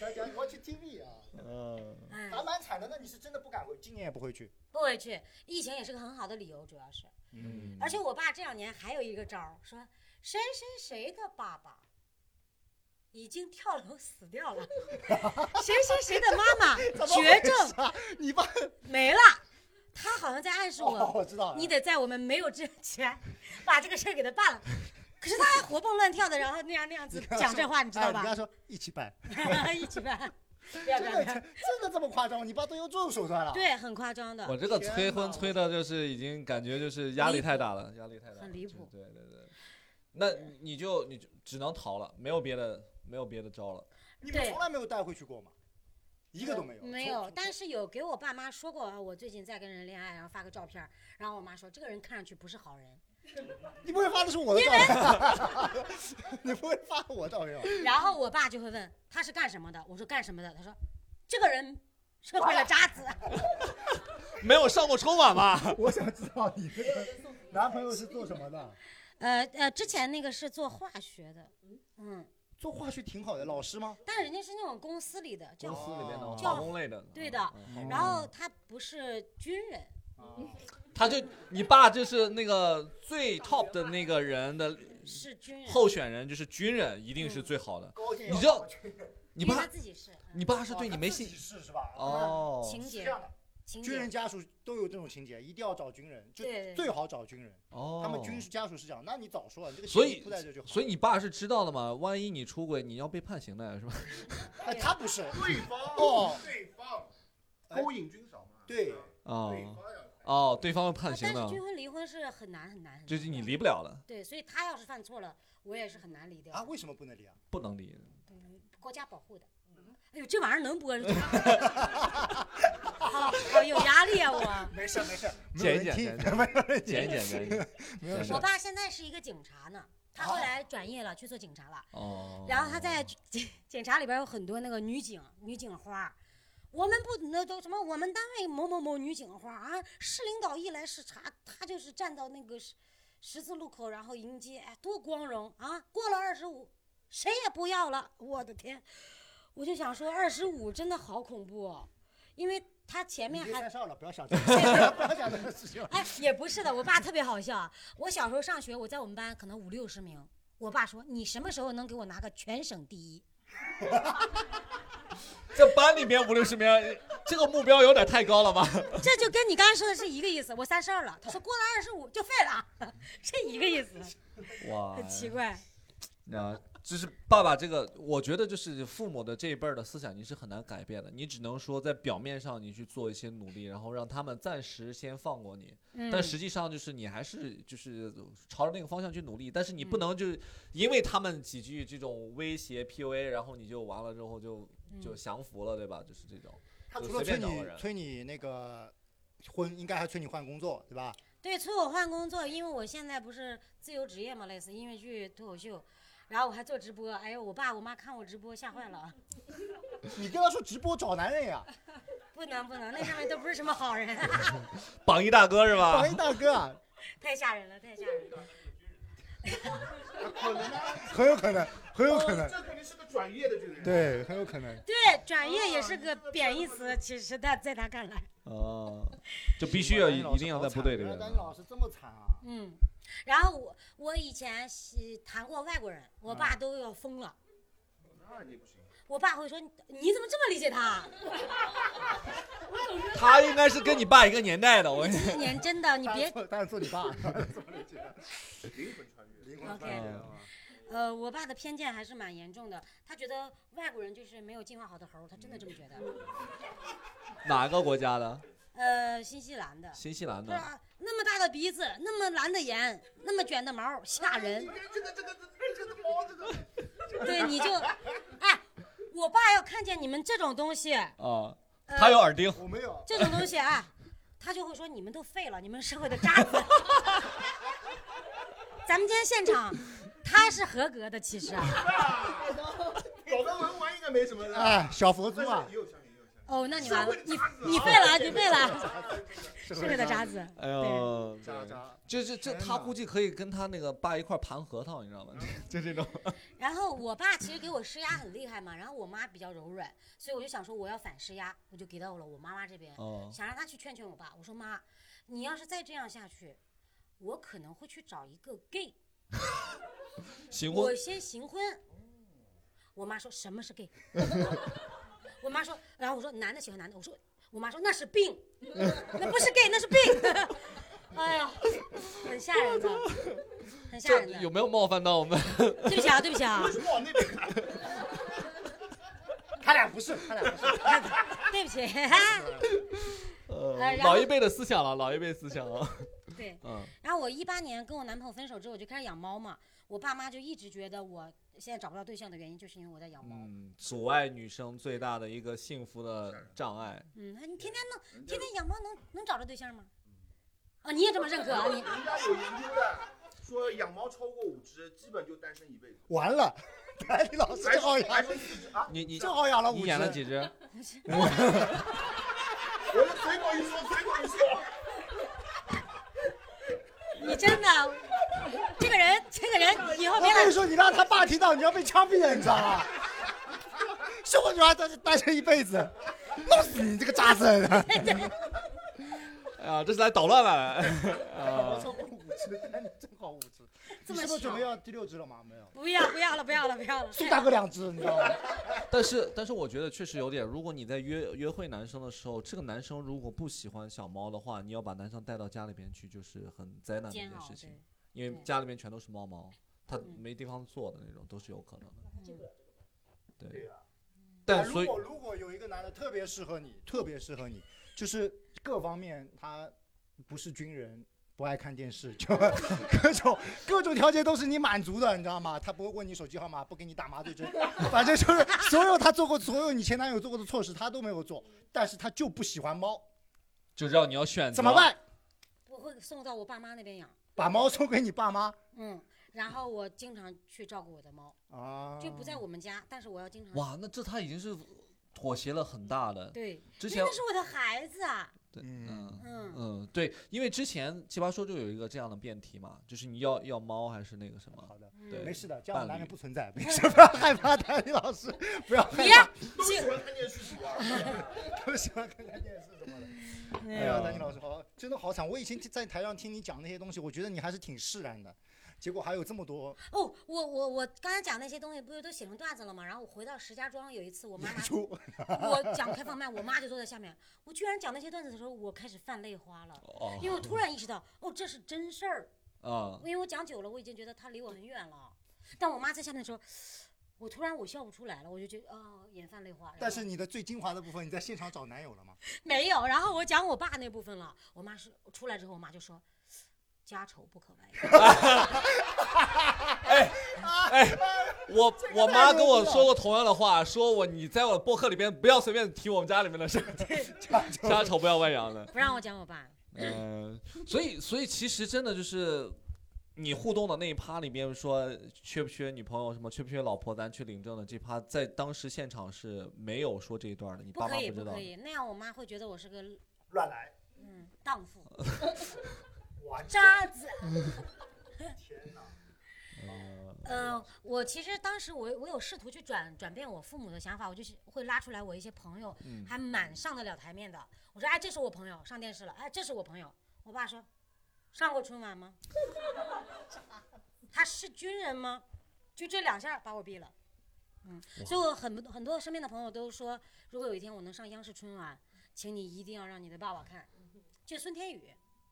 Speaker 2: 大家 watch TV 啊，
Speaker 4: 嗯，
Speaker 3: 哎，
Speaker 2: 打蛮惨的，那你是真的不敢回，今年也不回去。
Speaker 3: 不回去，疫情也是个很好的理由，主要是。
Speaker 2: 嗯
Speaker 3: 而且我爸这两年还有一个招儿，说谁谁谁的爸爸已经跳楼死 掉了，谁谁谁的妈妈绝症
Speaker 2: 你爸
Speaker 3: 没了，能在暗示
Speaker 2: 哦
Speaker 3: 我，
Speaker 2: 我知道了
Speaker 3: 你得在我们没有之 前把这个事儿给他办了。可是他还活蹦乱跳的，然后那样那样子讲这话，你知道
Speaker 2: 哎你跟他
Speaker 3: 吧？啊
Speaker 2: 说一起办，
Speaker 3: 一起 办，不要
Speaker 2: 真
Speaker 3: 不
Speaker 2: 的
Speaker 3: 要不要，
Speaker 2: 真的这么夸张？你爸都用这种手段了？
Speaker 3: 对，很夸 张的
Speaker 4: 我。这个
Speaker 2: 天
Speaker 4: 催
Speaker 2: 哪
Speaker 4: 婚催的，就是已经感觉就是压力太大了，压力太大了，
Speaker 3: 很离
Speaker 4: 就
Speaker 3: 谱
Speaker 4: 对对对，那你就你就只能逃了，没有别的没有别的招了。
Speaker 2: 你们
Speaker 3: 对
Speaker 2: 从来没有带回去过吗？一个都没有。
Speaker 3: 没
Speaker 2: 从
Speaker 3: 有，但是有给我爸妈说过，啊我最近在跟人恋爱，然后发个照片儿，然后我妈说这个人看上去不是好人，
Speaker 2: 你不会发的是我的照片， 你不会发我照片吧？哦
Speaker 3: 然后我爸就会问他是干什么的，我说干什么的，他说这个人社会的渣
Speaker 2: 哎
Speaker 3: 子，
Speaker 4: 没有上过春晚吧？
Speaker 2: 我想知道你这个男朋友是做什么的？
Speaker 3: 呃呃，之前那个是做化学的，嗯，
Speaker 2: 做化学挺好的，老师吗？
Speaker 3: 但人家是那种公司里的，
Speaker 4: 公
Speaker 3: 叫
Speaker 4: 司里面的
Speaker 2: 哦
Speaker 4: 化工类的，
Speaker 3: 对的
Speaker 4: 嗯
Speaker 2: 哦
Speaker 3: 然后他不是军人，
Speaker 4: 他就你爸就是那个最 top 的那个人的
Speaker 3: 是军人，
Speaker 4: 候选人，就是军人，一定是最好的。
Speaker 2: 高
Speaker 4: 你知道你
Speaker 3: 因为他
Speaker 4: 爸
Speaker 3: 自己是嗯
Speaker 4: 你爸是对你没信
Speaker 2: 是是吧？
Speaker 4: 哦，
Speaker 3: 情
Speaker 2: 是
Speaker 3: 节
Speaker 2: 这样的，
Speaker 3: 情
Speaker 2: 军人
Speaker 3: 节，
Speaker 2: 家属都有这种情节，一定要找军人，就
Speaker 3: 对对对
Speaker 2: 最好找军人。
Speaker 4: 哦，
Speaker 2: 他们军事家属是这样，那你早说啊，你这个
Speaker 4: 所
Speaker 2: 信息
Speaker 4: 以
Speaker 2: 不在这就好。
Speaker 4: 所以你爸是知道的嘛？万一你出轨，你要被判刑的是吧？
Speaker 2: 哎，他不是，
Speaker 1: 对方哎
Speaker 2: 哦
Speaker 1: 对方勾引军嫂嘛，
Speaker 2: 对
Speaker 4: 哦
Speaker 1: 对方要
Speaker 4: 哦，对方会
Speaker 3: 啊
Speaker 4: 判刑
Speaker 3: 但是
Speaker 4: 的，
Speaker 3: 军婚离婚是很难很难，很难
Speaker 4: 就是你离不了了，
Speaker 3: 对，所以他要是犯错了，我也是很难离掉的嗯
Speaker 2: 啊，。为什么不能离啊？
Speaker 4: 不能离。
Speaker 3: 国家保护的。哎呦，这玩意儿能播是吧？ 好好有压力啊！我
Speaker 2: 没事没事，
Speaker 4: 剪一剪，剪一 剪，剪一剪，剪一剪。
Speaker 2: 没有人
Speaker 4: 是
Speaker 2: 听
Speaker 3: 我爸现在是一个警察呢，他后来转业了，去做警察了。
Speaker 4: 哦，
Speaker 3: 然后他在警 警察里边有很多那个女警，女警花儿。我们部那都什么？我们单位某某某女警花儿啊，市领导一来视察，她就是站到那个十十字路口，然后迎接，哎，多光荣啊！过了二十五，谁也不要了。我的天，我就想说，二十五真的好恐怖哦，因为他前
Speaker 2: 你
Speaker 3: 面
Speaker 2: 别
Speaker 3: 还
Speaker 2: 三上了，不要想这个，不要想这个事情 了。
Speaker 3: 哎，也不是的，我爸特别好笑啊。我小时候上学，我在我们班可能五六十名。我爸说：“你什么时候能给我拿个全省第一
Speaker 4: 这班里面五六十名，这个目标有点太高 了吧？？”
Speaker 3: 这就跟你刚才说的是一个意思。我三十二了，他说过了二十五就废了， 这一个意 思，
Speaker 4: 哇，
Speaker 3: 很奇怪。
Speaker 4: 啊， 就是爸爸这个，我觉得就是父母的这一辈儿的思想，你是很难改变的。你只能说在表面上你去做一些努力，然后让他们暂时先放过你，
Speaker 3: 嗯
Speaker 4: 但实际上就是你还是就是朝着那个方向去努力。但是你不能就是因为他们几句这种威胁 PUA，然后你就完了之后就
Speaker 3: 嗯
Speaker 4: 就降服了，对吧？就是这种。
Speaker 2: 他
Speaker 4: 就
Speaker 2: 除了
Speaker 4: 随
Speaker 2: 催
Speaker 4: 便找个
Speaker 2: 你
Speaker 4: 人
Speaker 2: 催你那个婚，应该还催你换工作，对吧？
Speaker 3: 对，催我换工作，因为我现在不是自由职业嘛，类似音乐剧、脱口秀，然后我还做直播。哎呦，我爸我妈看我直播吓坏了，
Speaker 2: 你跟他说直播找男人 呀，
Speaker 3: 不能不能，那上面都不是什么好人，
Speaker 4: 榜一大哥是吧
Speaker 2: 榜一大哥 啊，
Speaker 3: 太吓人了，太吓人了。
Speaker 1: 可能啊，
Speaker 2: 很有可能，很有可能，
Speaker 1: 哦这肯定是个专业的军人，
Speaker 2: 对，很有可能。
Speaker 3: 对，转业也是个贬义词，其实他在他看来。
Speaker 4: 哦，就必须要一一定要在部队里面
Speaker 2: 原来。丹尼老师这么惨啊！
Speaker 3: 嗯，然后我我以前是谈过外国人，我
Speaker 4: 啊
Speaker 3: 爸都要疯了。
Speaker 1: 那你不行，
Speaker 3: 我爸会说你你怎么这么理解 他？
Speaker 4: 他应该是跟你爸一个年代的，我跟你。
Speaker 3: 这年真的你
Speaker 2: 当然
Speaker 3: 别
Speaker 2: 做当然做你 爸，
Speaker 1: 灵魂穿越，灵
Speaker 3: 魂穿越
Speaker 4: OK
Speaker 3: 呃，我爸的偏见还是蛮严重的，他觉得外国人就是没有进化好的猴儿，他真的这么觉得。
Speaker 4: 哪个国家的？
Speaker 3: 呃，新西兰的，
Speaker 4: 新西兰
Speaker 3: 他
Speaker 4: 的
Speaker 3: 说。啊那么大的鼻子，那么蓝的眼，那么卷的毛儿，吓人
Speaker 1: 你。看这个这个这个这个猫这个，
Speaker 3: 对，你 就，哎，我爸要看见你们这种东西，
Speaker 4: 啊，
Speaker 3: 呃
Speaker 4: 他有耳钉，
Speaker 2: 我没有。
Speaker 3: 这种东西啊，他就会说你们都废了，你们是社会的渣子。 咱们今天现场，他是合格的，其实啊。
Speaker 1: 搞个文玩应该没什么的，
Speaker 2: 哎，小佛珠
Speaker 1: 但
Speaker 2: 啊
Speaker 1: 是也，有枪也有枪，
Speaker 3: 哦，那你完了，你你
Speaker 1: 啊
Speaker 3: 废了，你废了，
Speaker 2: 社
Speaker 3: 社会的渣子。
Speaker 4: 哎呦，
Speaker 2: 渣渣。
Speaker 4: 这这这，
Speaker 2: 天
Speaker 4: 他
Speaker 2: 哪
Speaker 4: 估计可以跟他那个爸一块儿盘核桃，你知道吗？就这种。
Speaker 3: 然后我爸其实给我施压很厉害嘛，然后我妈比较柔软，所以我就想说我要反施压，我就给到了我妈妈这边，
Speaker 2: 嗯
Speaker 4: 哦，
Speaker 3: 想让她去劝劝我爸。我说妈，你要是再这样下去，我可能会去找一个 gay，
Speaker 4: 行
Speaker 3: 我
Speaker 4: 婚
Speaker 3: 先行婚。 我妈说什么是 gay？我妈说，然后我说男的喜欢男的，我说我妈说那是病，那不是 gay，那是病。 哎呀，很吓人的，很吓人的。
Speaker 4: 有没有冒犯到我们？
Speaker 3: 对不起啊，对不起啊，
Speaker 1: 往那边看，
Speaker 2: 他俩不是，他俩不是。
Speaker 3: 对不起。
Speaker 4: 呃
Speaker 3: 哎然后
Speaker 4: 老一辈的思想了，老一辈思想啊。
Speaker 3: 对，
Speaker 4: 嗯，
Speaker 3: 然后我一八年跟我男朋友分手之后，我就开始养猫嘛。我爸妈就一直觉得我现在找不到对象的原因，就是因为我在养猫。
Speaker 4: 嗯，阻碍女生最大的一个幸福的障碍。
Speaker 3: 嗯，那你天天能天天养猫能能找着对象吗？啊，你也这么认可啊？你
Speaker 1: 人家有研究的，说养猫超过五只，基本就单身一辈子。
Speaker 2: 完了，丹尼老师
Speaker 1: 还
Speaker 2: 正好
Speaker 1: 说还
Speaker 2: 养，
Speaker 1: 说四只啊？
Speaker 4: 你你
Speaker 2: 正好养了
Speaker 4: 你
Speaker 2: 五
Speaker 4: 演了
Speaker 2: 只。
Speaker 4: 几只？
Speaker 1: 我就随口一说，随口一说。
Speaker 3: 你真的，这个人这个人以后
Speaker 2: 我
Speaker 3: 别
Speaker 2: 跟你
Speaker 3: 来。
Speaker 2: 说，你让他爸听到，你要被枪毙的，你知道吗？ 是我女儿单单身一辈子，弄死你这个渣 子！
Speaker 4: 哎呀，这是来捣乱 了。
Speaker 2: 我
Speaker 4: 啊，
Speaker 2: 说过五只，哎但你正好五只。
Speaker 3: 这
Speaker 2: 你
Speaker 3: 么
Speaker 2: 是不是准备
Speaker 3: 小
Speaker 2: 要第六只了吗？没 有，
Speaker 3: 不要不要了不要了不要了！
Speaker 2: 送大哥两只，你知道吗？
Speaker 4: 但是但是我觉得确实有点，如果你在约约会男生的时候，这个男生如果不喜欢小猫的话，你要把男生带到家里边去，就是很灾难的一
Speaker 3: 煎
Speaker 4: 件
Speaker 3: 熬
Speaker 4: 事情
Speaker 3: 对。，
Speaker 4: 因为
Speaker 3: 对嗯
Speaker 4: 家里面全都是猫毛，它没地方坐的那种，都是有可能的。对
Speaker 1: 对啊，
Speaker 4: 但所
Speaker 2: 如
Speaker 4: 以
Speaker 2: 果如果有一个男的特别适合你，特别适合你，就是各方面他不是军人，不爱看电视，就各种各种条件都是你满足的，你知道吗？他不会问你手机号码，不给你打麻醉针，反正就是所有他做过所有你前男友做过的措施他都没有做，但是他就不喜欢猫，
Speaker 4: 就让你要选择
Speaker 2: 怎么？办？
Speaker 3: 我会送到我爸妈那边养。
Speaker 2: 把猫送给你爸妈
Speaker 3: 嗯，然后我经常去照顾我的猫，
Speaker 2: 啊？
Speaker 3: 就不在我们家，但是我要经常。
Speaker 4: 哇，那这他已经是妥协了很大了。
Speaker 3: 嗯对，
Speaker 4: 之
Speaker 3: 因
Speaker 4: 前
Speaker 3: 为那是我的孩子啊。
Speaker 4: 对
Speaker 2: 嗯
Speaker 4: 嗯。
Speaker 3: 嗯，
Speaker 4: 嗯，对，因为之前奇葩说就有一个这样的辩题嘛，就是你要要猫还是那个什么？
Speaker 2: 好的，
Speaker 3: 嗯
Speaker 4: 对
Speaker 2: 没事的，这样的男
Speaker 4: 伴侣
Speaker 2: 人不存在，没事，不要害怕， 丹尼老师，不要害
Speaker 3: 别
Speaker 2: 怕，
Speaker 1: 都喜欢看电视剧啊。
Speaker 2: 都喜欢看看电视什么的。
Speaker 3: 哎
Speaker 2: 哎呀，丹尼老师好，真的好惨！我以前在台上听你讲那些东西，我觉得你还是挺释然的，结果还有这么多
Speaker 3: 哦，我我我刚才讲那些东西不是都写成段子了吗？然后我回到石家庄有一次，我妈
Speaker 2: 演
Speaker 3: 妈
Speaker 2: 出。
Speaker 3: 我讲开放麦，我妈就坐在下面。我居然讲那些段子的时候，我开始泛泪花了，
Speaker 4: 哦
Speaker 3: 因为我突然意识到，哦，这是真事儿。
Speaker 4: 啊
Speaker 3: 因为我讲久了，我已经觉得他离我很远了。但我妈在下面的时候，我突然我笑不出来了，我就觉得哦，眼泛泪花。然后
Speaker 2: 但是你的最精华的部分，你在现场找男友了吗？
Speaker 3: 没有。然后我讲我爸那部分了，我妈是出来之后，我妈就说：“家丑不可外扬。
Speaker 4: 我我妈跟我说过同样的话，说我你在我的播客里边不要随便提我们家里面的事儿， 家丑不要外扬的”。
Speaker 3: 不让我讲我爸。
Speaker 4: 嗯，所以所以其实真的就是。你互动的那一趴里边说缺不缺女朋友什么缺不缺老婆，咱去领证的这趴，在当时现场是没有说这一段的，你
Speaker 3: 不
Speaker 4: 爸妈
Speaker 3: 可以，
Speaker 4: 知
Speaker 3: 不
Speaker 4: 道的
Speaker 3: 可。以，那样我妈会觉得我是个
Speaker 2: 乱来，
Speaker 3: 嗯荡 妇、
Speaker 2: 我
Speaker 3: 渣子。
Speaker 2: 天哪！
Speaker 4: 嗯
Speaker 3: 嗯，我其实当时我我有试图去转转变我父母的想法，我就是会拉出来我一些朋友，
Speaker 4: 嗯
Speaker 3: 还蛮上得了台面的。我说，哎，这是我朋友上电视了，哎，这是我朋友。我爸说，上过春晚吗？ 他是军人吗？就这两下把我毙了。嗯，所以我很多很多身边的朋友都说，如果有一天我能上央视春晚，请你一定要让你的爸爸看。就孙天宇，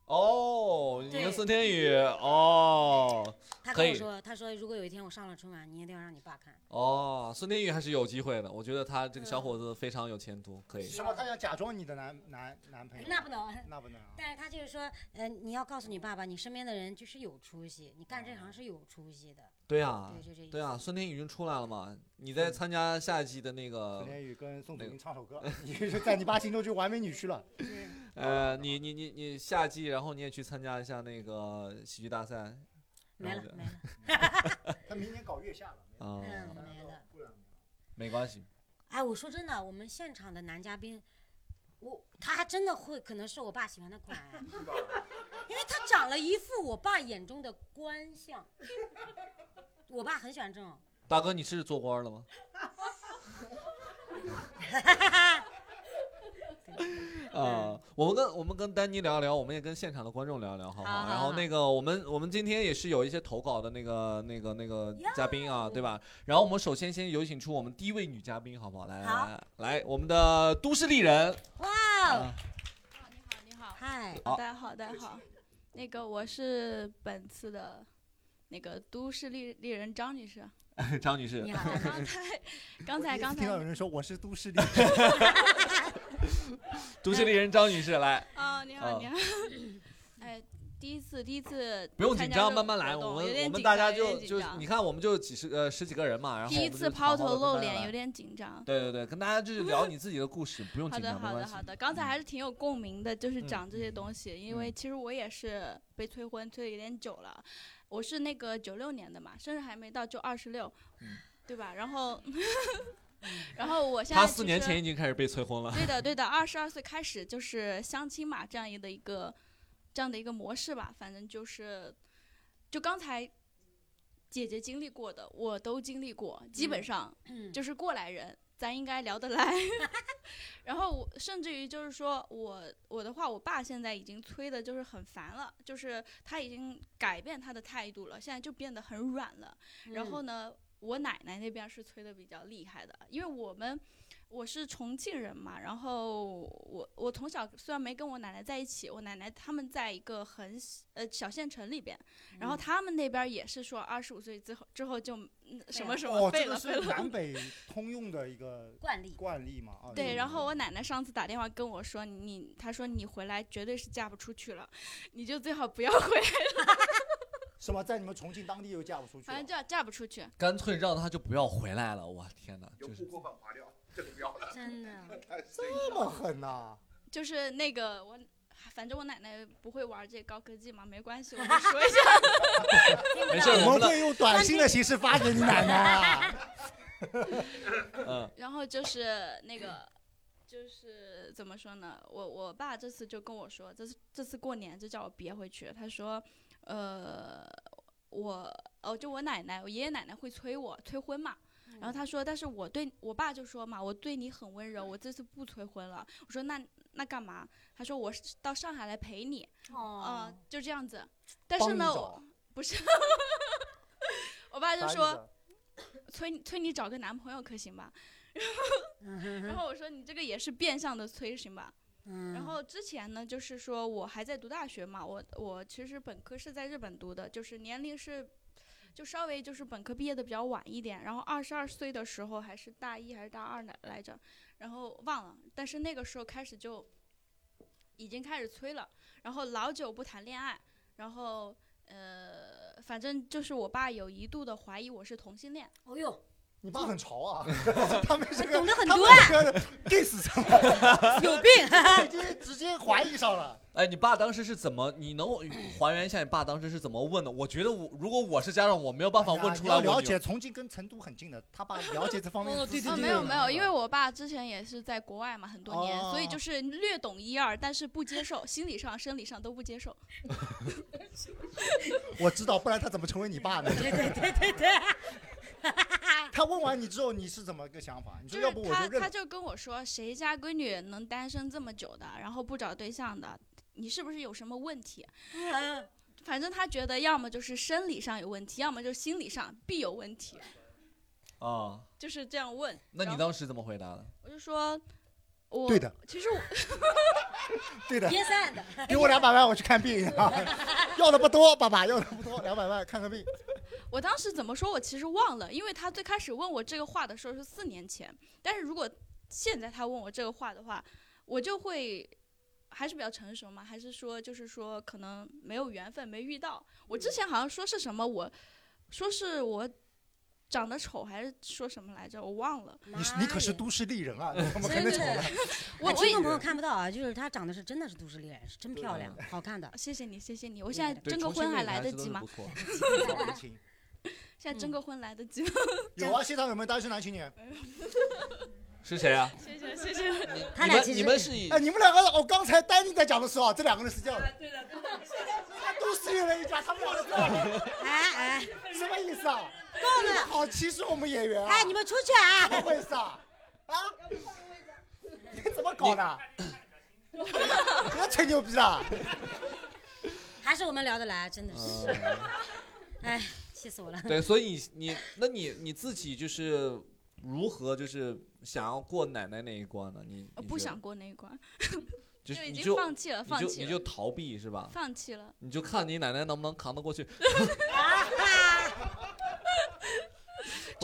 Speaker 4: 哦，你
Speaker 3: 对
Speaker 4: 跟孙天宇哦
Speaker 3: 他
Speaker 4: 可
Speaker 3: 跟我
Speaker 4: 以
Speaker 3: 说，他说如果有一天我上了春晚，你一定要让你爸看。
Speaker 4: 哦，孙天宇还是有机会的，我觉得他这个小伙子非常有前途，可以。
Speaker 2: 什么？他想假装你的男男男朋友？
Speaker 3: 那不能。
Speaker 2: 那不能啊！
Speaker 3: 但是他就是说，呃，你要告诉你爸爸，你身边的人就是有出息，你干这行是有出息的。
Speaker 4: 对啊
Speaker 3: 对，，就这意思。
Speaker 4: 对啊，孙天宇已经出来了嘛，你在参加下一季的那个
Speaker 2: 陈，
Speaker 3: 嗯
Speaker 2: 天宇跟宋祖
Speaker 4: 那
Speaker 2: 英唱首歌，你就在你爸心中就完美女婿了。
Speaker 3: 对
Speaker 4: 呃，你你你你下季，然后你也去参加一下那个喜剧大赛啊、
Speaker 3: 没
Speaker 4: 了解
Speaker 3: 了没了，
Speaker 2: 他明年搞月下了，
Speaker 3: 嗯，没了。
Speaker 2: 过两年
Speaker 4: 没关系，
Speaker 3: 哎，我说真的，我们现场的男嘉宾，我他还真的会，可能是我爸喜欢的款，啊
Speaker 1: 是吧？
Speaker 3: 因为他长了一副我爸眼中的官相。我爸很喜欢这种，
Speaker 4: 大哥，你 是做官了吗？啊，我们跟我们跟丹妮聊一聊，我们也跟现场的观众聊一聊，好不
Speaker 3: 好好
Speaker 4: 然后
Speaker 3: 好
Speaker 4: 那个我们我们今天也是有一些投稿的那个那个那个嘉宾啊，对吧？然后我们首先先有请出我们第一位女嘉宾，好不好？来来
Speaker 3: 好
Speaker 4: 来，来我们的都市丽人，
Speaker 3: 哇，哦
Speaker 2: 啊
Speaker 6: 啊你好，
Speaker 3: 嗨，
Speaker 4: 好
Speaker 6: 好的，好的，好。那个我是本次的那个都市丽丽人张女士。
Speaker 4: 张女士
Speaker 3: 你，好，
Speaker 6: 刚才，刚才，刚
Speaker 2: 听到有
Speaker 6: 才，
Speaker 2: 人说我是都 市丽人，
Speaker 4: 都市丽人张女士，来，
Speaker 6: 啊，你
Speaker 4: 啊
Speaker 6: 好，你 好。哎，第一次，第一次。
Speaker 4: 不用紧张，慢慢来，我们我们大家就就你看，我们就几十呃十几个人嘛，然后
Speaker 6: 第一次抛头露脸，有
Speaker 4: 点。
Speaker 6: 点紧 张。
Speaker 4: 对对对，跟大家就是聊你自己的故事，不用
Speaker 6: 好
Speaker 4: 紧
Speaker 6: 的，
Speaker 4: 张，没
Speaker 6: 好
Speaker 4: 关
Speaker 6: 的，
Speaker 4: 系
Speaker 6: 好。的。刚才还是挺有共鸣的，就是
Speaker 4: 嗯
Speaker 6: 讲这些东西，因为
Speaker 4: 嗯
Speaker 6: 其实我也是被催婚催的有点久了，我是那个九六年的嘛，生日还没到就二十六
Speaker 4: 嗯，
Speaker 6: 对吧？然后， 然后我现在
Speaker 4: 他
Speaker 6: 其
Speaker 4: 四年
Speaker 6: 实
Speaker 4: 前已经开始被催婚了。
Speaker 6: 对的，对的，二十二岁开始就是相亲嘛，这样一的一个这样的一个模式吧，反正就是，就刚才姐姐经历过的，我都经历过，基本上
Speaker 3: 嗯
Speaker 6: 就是过来人，咱应该聊得来。 然后我甚至于就是说我我的话，我爸现在已经催的就是很烦了，就是他已经改变他的态度了，现在就变得很软了。然后呢，我奶奶那边是催的比较厉害的，因为我们我是重庆人嘛，然后我我从小虽然没跟我奶奶在一起，我奶奶他们在一个很小呃小县城里边，
Speaker 3: 嗯
Speaker 6: 然后他们那边也是说二十五岁之后之后就嗯什么什么
Speaker 2: 哦，
Speaker 6: 废
Speaker 2: 这
Speaker 6: 了
Speaker 2: 个
Speaker 6: 废
Speaker 2: 是
Speaker 6: 了。
Speaker 2: 南北通用的一个
Speaker 3: 嗯惯 例，
Speaker 2: 惯例嘛啊。
Speaker 6: 对，然后我奶奶上次打电话跟我说，你她说你回来绝对是嫁不出去了，你就最好不要回来，
Speaker 2: 什么在你们重庆当地又嫁不出去了啊
Speaker 6: 反正，嫁嫁不出去。
Speaker 4: 干脆让他就不要回来了。我天哪，
Speaker 1: 有户
Speaker 4: 就是
Speaker 1: 口本划掉，这个不要了。
Speaker 3: 真的，
Speaker 2: 这么狠啊呐！
Speaker 6: 就是那个我，反正我奶奶不会玩这高科技嘛，没关系，我就说一下。
Speaker 4: 没事，
Speaker 2: 我们
Speaker 4: 我们的
Speaker 2: 会用短信的形式发给你奶奶啊。
Speaker 4: 嗯
Speaker 6: 然后就是那个，就是怎么说呢？我我爸这次就跟我说，这次这次过年就叫我别回去。他说，呃，我哦，就我奶奶，我爷爷奶奶会催我催婚嘛。
Speaker 2: 嗯
Speaker 6: 然后他说，但是我对我爸就说嘛，我对你很温柔，我这次不催婚了。我说那那干嘛？他说我是到上海来陪你，啊、
Speaker 3: 哦，
Speaker 6: 就这样子。但
Speaker 2: 帮
Speaker 6: 是
Speaker 2: 你
Speaker 6: 呢，
Speaker 2: 找
Speaker 6: 我不是，我爸就
Speaker 2: 啥意
Speaker 6: 说
Speaker 2: 思
Speaker 6: 催你催你找个男朋友可行吧？
Speaker 3: 嗯然
Speaker 2: 嗯
Speaker 6: 然后我说你这个也是变相的催行吧？
Speaker 3: 嗯
Speaker 6: 然后之前呢，就是说我还在读大学嘛，我我其实本科是在日本读的，就是年龄是。就稍微就是本科毕业的比较晚一点，然后二十二岁的时候还是大一还是大二来来着，然后忘了，但是那个时候开始就已经开始催了，然后老久不谈恋爱，然后呃，反正就是我爸有一度的怀疑我是同性恋，
Speaker 3: 哦呦，
Speaker 2: 你爸很潮啊，他们这个
Speaker 3: 懂得很
Speaker 2: 他
Speaker 3: 多
Speaker 2: 们
Speaker 3: 啊，
Speaker 2: 这个 diss 上了，
Speaker 3: 有病，
Speaker 2: 直接直接怀疑上了。
Speaker 4: 哎，你爸当时是怎么？你能 还原一下你爸当时是怎么问的？我觉得我如果我是家长，我没有办法问出来。
Speaker 2: 哎啊要
Speaker 4: 我
Speaker 2: 了
Speaker 4: 就
Speaker 2: 解重庆跟成都很近的，他爸了解这方面。
Speaker 4: 哦对对
Speaker 6: 啊，
Speaker 4: 对
Speaker 6: 没有
Speaker 4: 对
Speaker 6: 没有，因为我爸之前也是在国外嘛，很多年，所以
Speaker 2: 哦
Speaker 6: 就是略懂一二，但是不接受，心理上、生理上都不接受。
Speaker 2: 我知道，不然他怎么成为你爸呢？
Speaker 3: 对对对对对，
Speaker 2: 他问完你之后，你是怎么个想法？你说
Speaker 6: 就是
Speaker 2: 要不我
Speaker 6: 他
Speaker 2: 认
Speaker 6: 他
Speaker 2: 了。
Speaker 6: 就跟我说，谁家闺女能单身这么久的，然后不找对象的，你是不是有什么问题？
Speaker 3: 嗯
Speaker 6: 反正他觉得要么就是生理上有问题，要么就是心理上必有问题，
Speaker 4: 啊。
Speaker 6: 就是这样问。
Speaker 4: 那
Speaker 6: 然
Speaker 4: 你
Speaker 6: 后
Speaker 4: 当时怎么回答的？
Speaker 6: 我就说，我
Speaker 2: 对的，
Speaker 6: 其实我
Speaker 2: 对的，
Speaker 3: 别散的，
Speaker 2: 给我两百万，我去看病啊！ 要的不多，爸爸要的不多，两百万看个病。
Speaker 6: 我当时怎么说，我其实忘了，因为他最开始问我这个话的时候是四年前，但是如果现在他问我这个话的话，我就会还是比较成熟嘛，还是说就是说可能没有缘分，没遇到。我之前好像说是什么，我说是我长得丑，还是说什么来着，我忘了。
Speaker 2: 你是你可是
Speaker 3: 妈呀。
Speaker 2: 都市丽人 啊，
Speaker 3: 哎
Speaker 2: 怎么可
Speaker 6: 真
Speaker 2: 能
Speaker 6: 是
Speaker 2: 丑呢？
Speaker 6: 我我
Speaker 3: 听
Speaker 6: 也
Speaker 3: 众朋友看不到啊，就是她长得是真的是都市丽人，是真漂亮，好看的。
Speaker 6: 谢谢你，谢谢你。我
Speaker 3: 对
Speaker 6: 现在
Speaker 3: 对
Speaker 4: 对
Speaker 6: 征个
Speaker 4: 重庆
Speaker 6: 婚
Speaker 4: 那
Speaker 6: 还
Speaker 4: 个
Speaker 6: 来得
Speaker 4: 是
Speaker 6: 及
Speaker 4: 都
Speaker 6: 吗
Speaker 4: 是不？错
Speaker 6: 现在征
Speaker 3: 嗯
Speaker 6: 个婚来得及吗？
Speaker 2: 有啊，现场有没有单身男青年？
Speaker 4: 是谁 啊？
Speaker 6: 谢谢谢谢。
Speaker 3: 他
Speaker 4: 你
Speaker 3: 俩
Speaker 4: 们
Speaker 3: 其实
Speaker 4: 你们是以
Speaker 2: 哎，你们两个，我刚才丹妮在讲的时候啊，这两个人是这样的，
Speaker 6: 对的对的。
Speaker 2: 都市丽人一家，他们两个在那里
Speaker 3: 哎哎
Speaker 2: 什么意思啊？
Speaker 3: 够了
Speaker 2: 好歧视我们演员啊！
Speaker 3: 哎，你们出去
Speaker 2: 怎么
Speaker 3: 啊！
Speaker 2: 回事啊？啊？怎么搞 的？别吹牛逼了。
Speaker 3: 还是我们聊得来，真的是，
Speaker 4: 嗯
Speaker 3: 哎，气死我了。
Speaker 4: 对，所以你那你你自己就是如何就是想要过奶奶那一关呢？你
Speaker 6: 我
Speaker 4: 你
Speaker 6: 不
Speaker 4: 觉得
Speaker 6: 想过那一关，
Speaker 4: 就
Speaker 6: 已
Speaker 4: 你
Speaker 6: 经
Speaker 4: 就
Speaker 6: 放弃了，
Speaker 4: 你
Speaker 6: 放
Speaker 4: 就
Speaker 6: 弃
Speaker 4: 你就
Speaker 6: 了，
Speaker 4: 逃避是吧？
Speaker 6: 放弃了。
Speaker 4: 你就看你奶奶能不能扛得过去。不好意思啊，不
Speaker 6: 就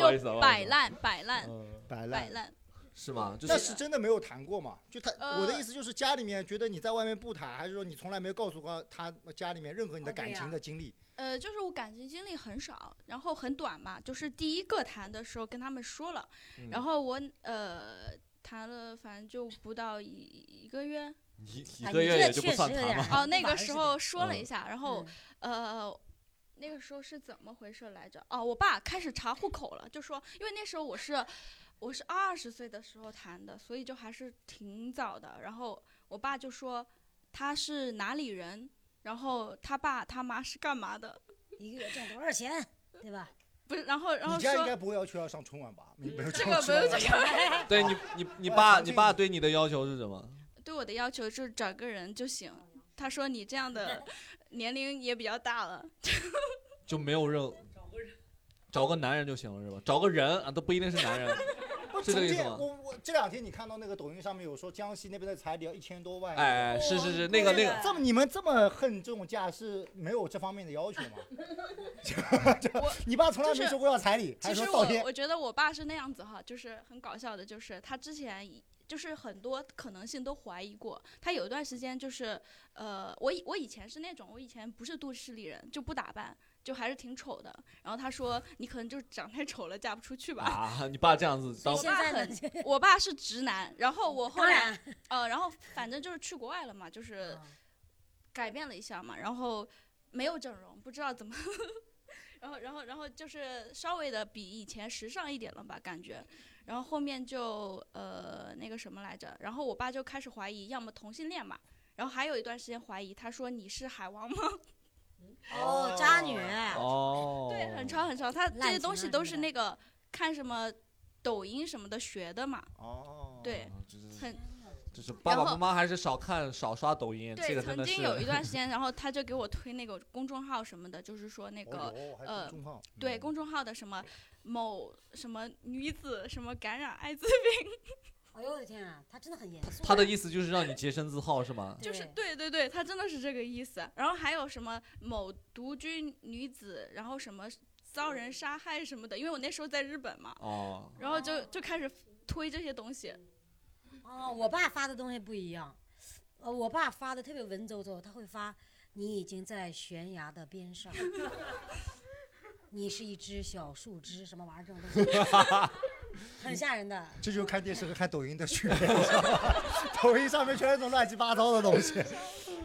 Speaker 4: 好意思
Speaker 6: 摆烂，摆烂，
Speaker 4: 嗯，
Speaker 2: 摆
Speaker 6: 摆
Speaker 2: 烂。
Speaker 6: 烂。
Speaker 4: 是吗？就
Speaker 2: 那
Speaker 4: 是
Speaker 2: 是真的没有谈过嘛？就他，
Speaker 6: 呃
Speaker 2: 我的意思就是家里面觉得你在外面不谈，还是说你从来没有告诉过他家里面任何你的
Speaker 3: 哦对
Speaker 2: 感
Speaker 3: 呀
Speaker 2: 情的经历？
Speaker 6: 呃，就是我感情经历很少，然后很短嘛，就是第一个谈的时候跟他们说了，
Speaker 4: 嗯
Speaker 6: 然后我呃谈了，反正就不到一一个月，
Speaker 4: 一一
Speaker 3: 哎
Speaker 4: 个
Speaker 3: 你
Speaker 4: 月
Speaker 3: 这
Speaker 4: 也就不
Speaker 3: 确
Speaker 4: 算
Speaker 3: 实有
Speaker 4: 谈
Speaker 3: 点
Speaker 4: 了。
Speaker 6: 哦，那
Speaker 2: 反而
Speaker 6: 个
Speaker 2: 啊是
Speaker 6: 时
Speaker 2: 这
Speaker 6: 候说了一
Speaker 4: 嗯
Speaker 6: 下，然后
Speaker 3: 嗯
Speaker 6: 呃，那个时候是怎么回事来着？哦，我爸开始查户口了，就说，因为那时候我是我是二十岁的时候谈的，所以就还是挺早的。然后我爸就说他是哪里人，然后他爸他妈是干嘛的，
Speaker 3: 一个月挣多少钱，对吧？
Speaker 6: 不是，然后然后
Speaker 2: 你家应
Speaker 6: 说嗯
Speaker 2: 该不会要求要上春晚吧？没有
Speaker 6: 这
Speaker 2: 这
Speaker 6: 个没有这个，
Speaker 4: 对你你你
Speaker 2: 我要
Speaker 4: 爸
Speaker 2: 尝
Speaker 4: 你
Speaker 2: 试
Speaker 4: 爸
Speaker 2: 一
Speaker 4: 对你的要求是什么？
Speaker 6: 对我的要求就是找个人就行。他说你这 样的年龄也比较大了，
Speaker 4: 就没有任找个男人就行了是吧？找个人啊都不一定是 男人。
Speaker 2: 不
Speaker 4: 是这个意思吗
Speaker 2: 我我这两天你看到那个抖音上面有说江西那边的彩礼要一千多万，，
Speaker 4: 哎，是是是，那个那个，
Speaker 2: 这么你们这么恨这种价是没有这方面的要求吗？
Speaker 6: 我
Speaker 2: 你爸从来
Speaker 6: 就
Speaker 2: 没
Speaker 6: 是
Speaker 2: 说过要彩礼，还
Speaker 6: 其
Speaker 2: 说
Speaker 6: 实
Speaker 2: 倒
Speaker 6: 我
Speaker 2: 贴。
Speaker 6: 我觉得我爸是那样子哈，就是很搞笑的，就是他之前一就是很多可能性都怀疑过。他有一段时间就是，呃，我以我以前是那种，我以前不是都市丽人，就不打扮，就还是挺丑的。然后 他说你可能就是长太丑了，嫁不出去吧。
Speaker 4: 啊，你爸这样子
Speaker 3: 所以
Speaker 4: 当
Speaker 6: 我
Speaker 3: 现
Speaker 6: 爸
Speaker 3: 在呢
Speaker 6: 很，我爸是直男，然后我后
Speaker 3: 当
Speaker 6: 来
Speaker 3: 然，
Speaker 6: 呃，然后反正就是去国外了嘛，就是改变了一下嘛，然后没有整容，不知道怎么，然后然后然后就是稍微的比以前时尚一点了吧，感觉。然后后面就呃那个什么来着，然后我爸就开始怀疑，要么同性恋嘛，然后还有一段时间怀疑，他说你是海王吗？
Speaker 3: 哦，渣女，
Speaker 4: 哦，
Speaker 6: 啊对，很潮很潮，他这
Speaker 3: 烂
Speaker 6: 些
Speaker 3: 情
Speaker 6: 东
Speaker 3: 啊
Speaker 6: 西都
Speaker 3: 什
Speaker 6: 是
Speaker 3: 么的
Speaker 6: 那个看什么抖音什么的学的嘛，
Speaker 2: 哦，
Speaker 6: 对，
Speaker 4: 就是
Speaker 6: 很
Speaker 4: 就是爸爸
Speaker 6: 然后
Speaker 4: 妈妈还是少看少刷抖音，这
Speaker 6: 对，
Speaker 4: 个真
Speaker 6: 曾
Speaker 4: 的
Speaker 6: 经有一
Speaker 4: 是。
Speaker 6: 段时间，然后他就给我推那个公众号什么的，就是说那个
Speaker 2: 哦哟，还有公
Speaker 6: 呃
Speaker 2: 众号，
Speaker 6: 对
Speaker 4: 嗯
Speaker 6: 公众号的什么某什么女子什么感染艾滋，
Speaker 3: 哎呦我的天啊，他真的很严肃啊。
Speaker 4: 他的意思就是让你洁身自好是吗？
Speaker 6: 就是
Speaker 3: 对
Speaker 6: 对对对，他真的是这个意思。然后还有什么某独居女子，然后什么遭人杀害什么的，因为我那时候在日本嘛，
Speaker 4: 哦，嗯
Speaker 6: 然后就就开始推这些东西。
Speaker 3: 哦，我爸发的东西不一样，呃，我爸发的特别文绉绉，他会发“你已经在悬崖的 边上，你是一只小树枝”什么玩意儿这种东 西，很吓人的。
Speaker 2: 这就是看电视和看抖音的区别。 抖音上面全是那种乱七八糟的东 西，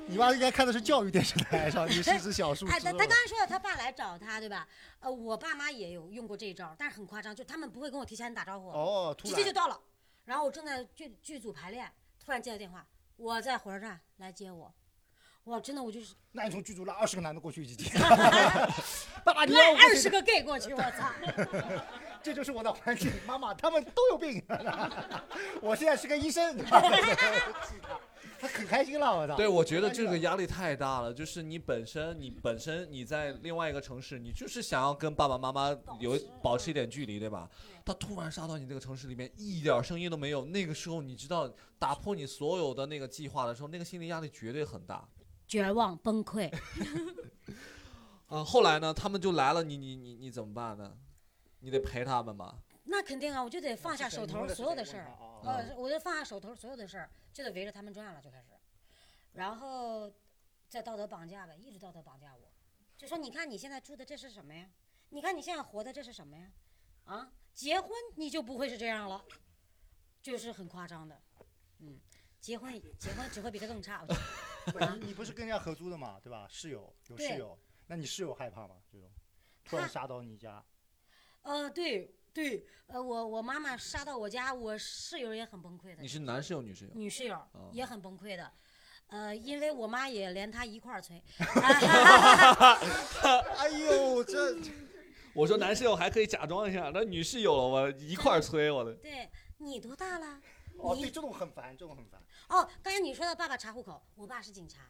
Speaker 2: 你妈应该看的是教育电视台上，你是只小树枝哦
Speaker 3: 哎，他
Speaker 2: 了
Speaker 3: 他刚才说了，他爸来找他，对吧？呃，我爸妈也有用过这一招，但是很夸张，就他们不会跟我提前打招呼，
Speaker 2: 哦，突
Speaker 3: 直接就
Speaker 2: 然
Speaker 3: 到了。然后我正在剧剧组排练，突然接到电话，我在火车站来接我。哇，真的，我就是
Speaker 2: 那你从剧组拉二十个男的过去一起 听， 爸爸你让
Speaker 3: 拉
Speaker 2: 我过
Speaker 3: 二
Speaker 2: 去
Speaker 3: 十个 gay 过去，我操！
Speaker 2: 这就是我的环境，妈妈，他们都有 病。我现在是个医生，他很开心了，我操。
Speaker 4: 对，我觉得这个压力太大了。就是你本身，你本身你在另外一个城市，你就是想要跟爸爸妈妈有保持一点距离，对吧？他突然杀到你这个城市里面，一点声音都没有。那个时候，你知道打破你所有的那个计划的时候，那个心理压力绝对很大。
Speaker 3: 绝望崩 溃。
Speaker 4: 嗯，后来呢，他们就来了，你你你你怎么办呢？你得陪他们吧。
Speaker 3: 那肯定啊，我就得放下手头所有的事儿，
Speaker 2: 儿
Speaker 3: 呃，我就放下手头所有的事儿，就得围着他们转了，就开始，然后再道德绑架呗，一直道德绑架我，啊就说你看你现在住的这是什么呀？你看你现在活的这是什么呀？啊，结婚你就不会是这样了，就是很夸张的，嗯，结婚结婚只会比这更 差，我觉嗯得
Speaker 2: 哦你你不是跟人家合租的嘛，对吧？室友有室
Speaker 3: 对
Speaker 2: 友，那你室友害怕吗？这种突然杀到你家，
Speaker 3: 呃，对对，呃，我我妈妈杀到我家，我室友也很崩溃的
Speaker 4: 你，是男室友女室友？
Speaker 3: 女室友
Speaker 4: 哦
Speaker 3: 也很崩溃的，呃，因为我妈也连她一 块儿催，
Speaker 2: 哎呦，这
Speaker 4: 我说男室友还可以假装一下，那女室友了，我一块儿催我的。
Speaker 3: 对你多大了？
Speaker 2: 哦，对，
Speaker 3: 你
Speaker 2: 这种很烦，这种很烦，
Speaker 3: 哦，刚才你说到爸爸查户口，我爸是警察，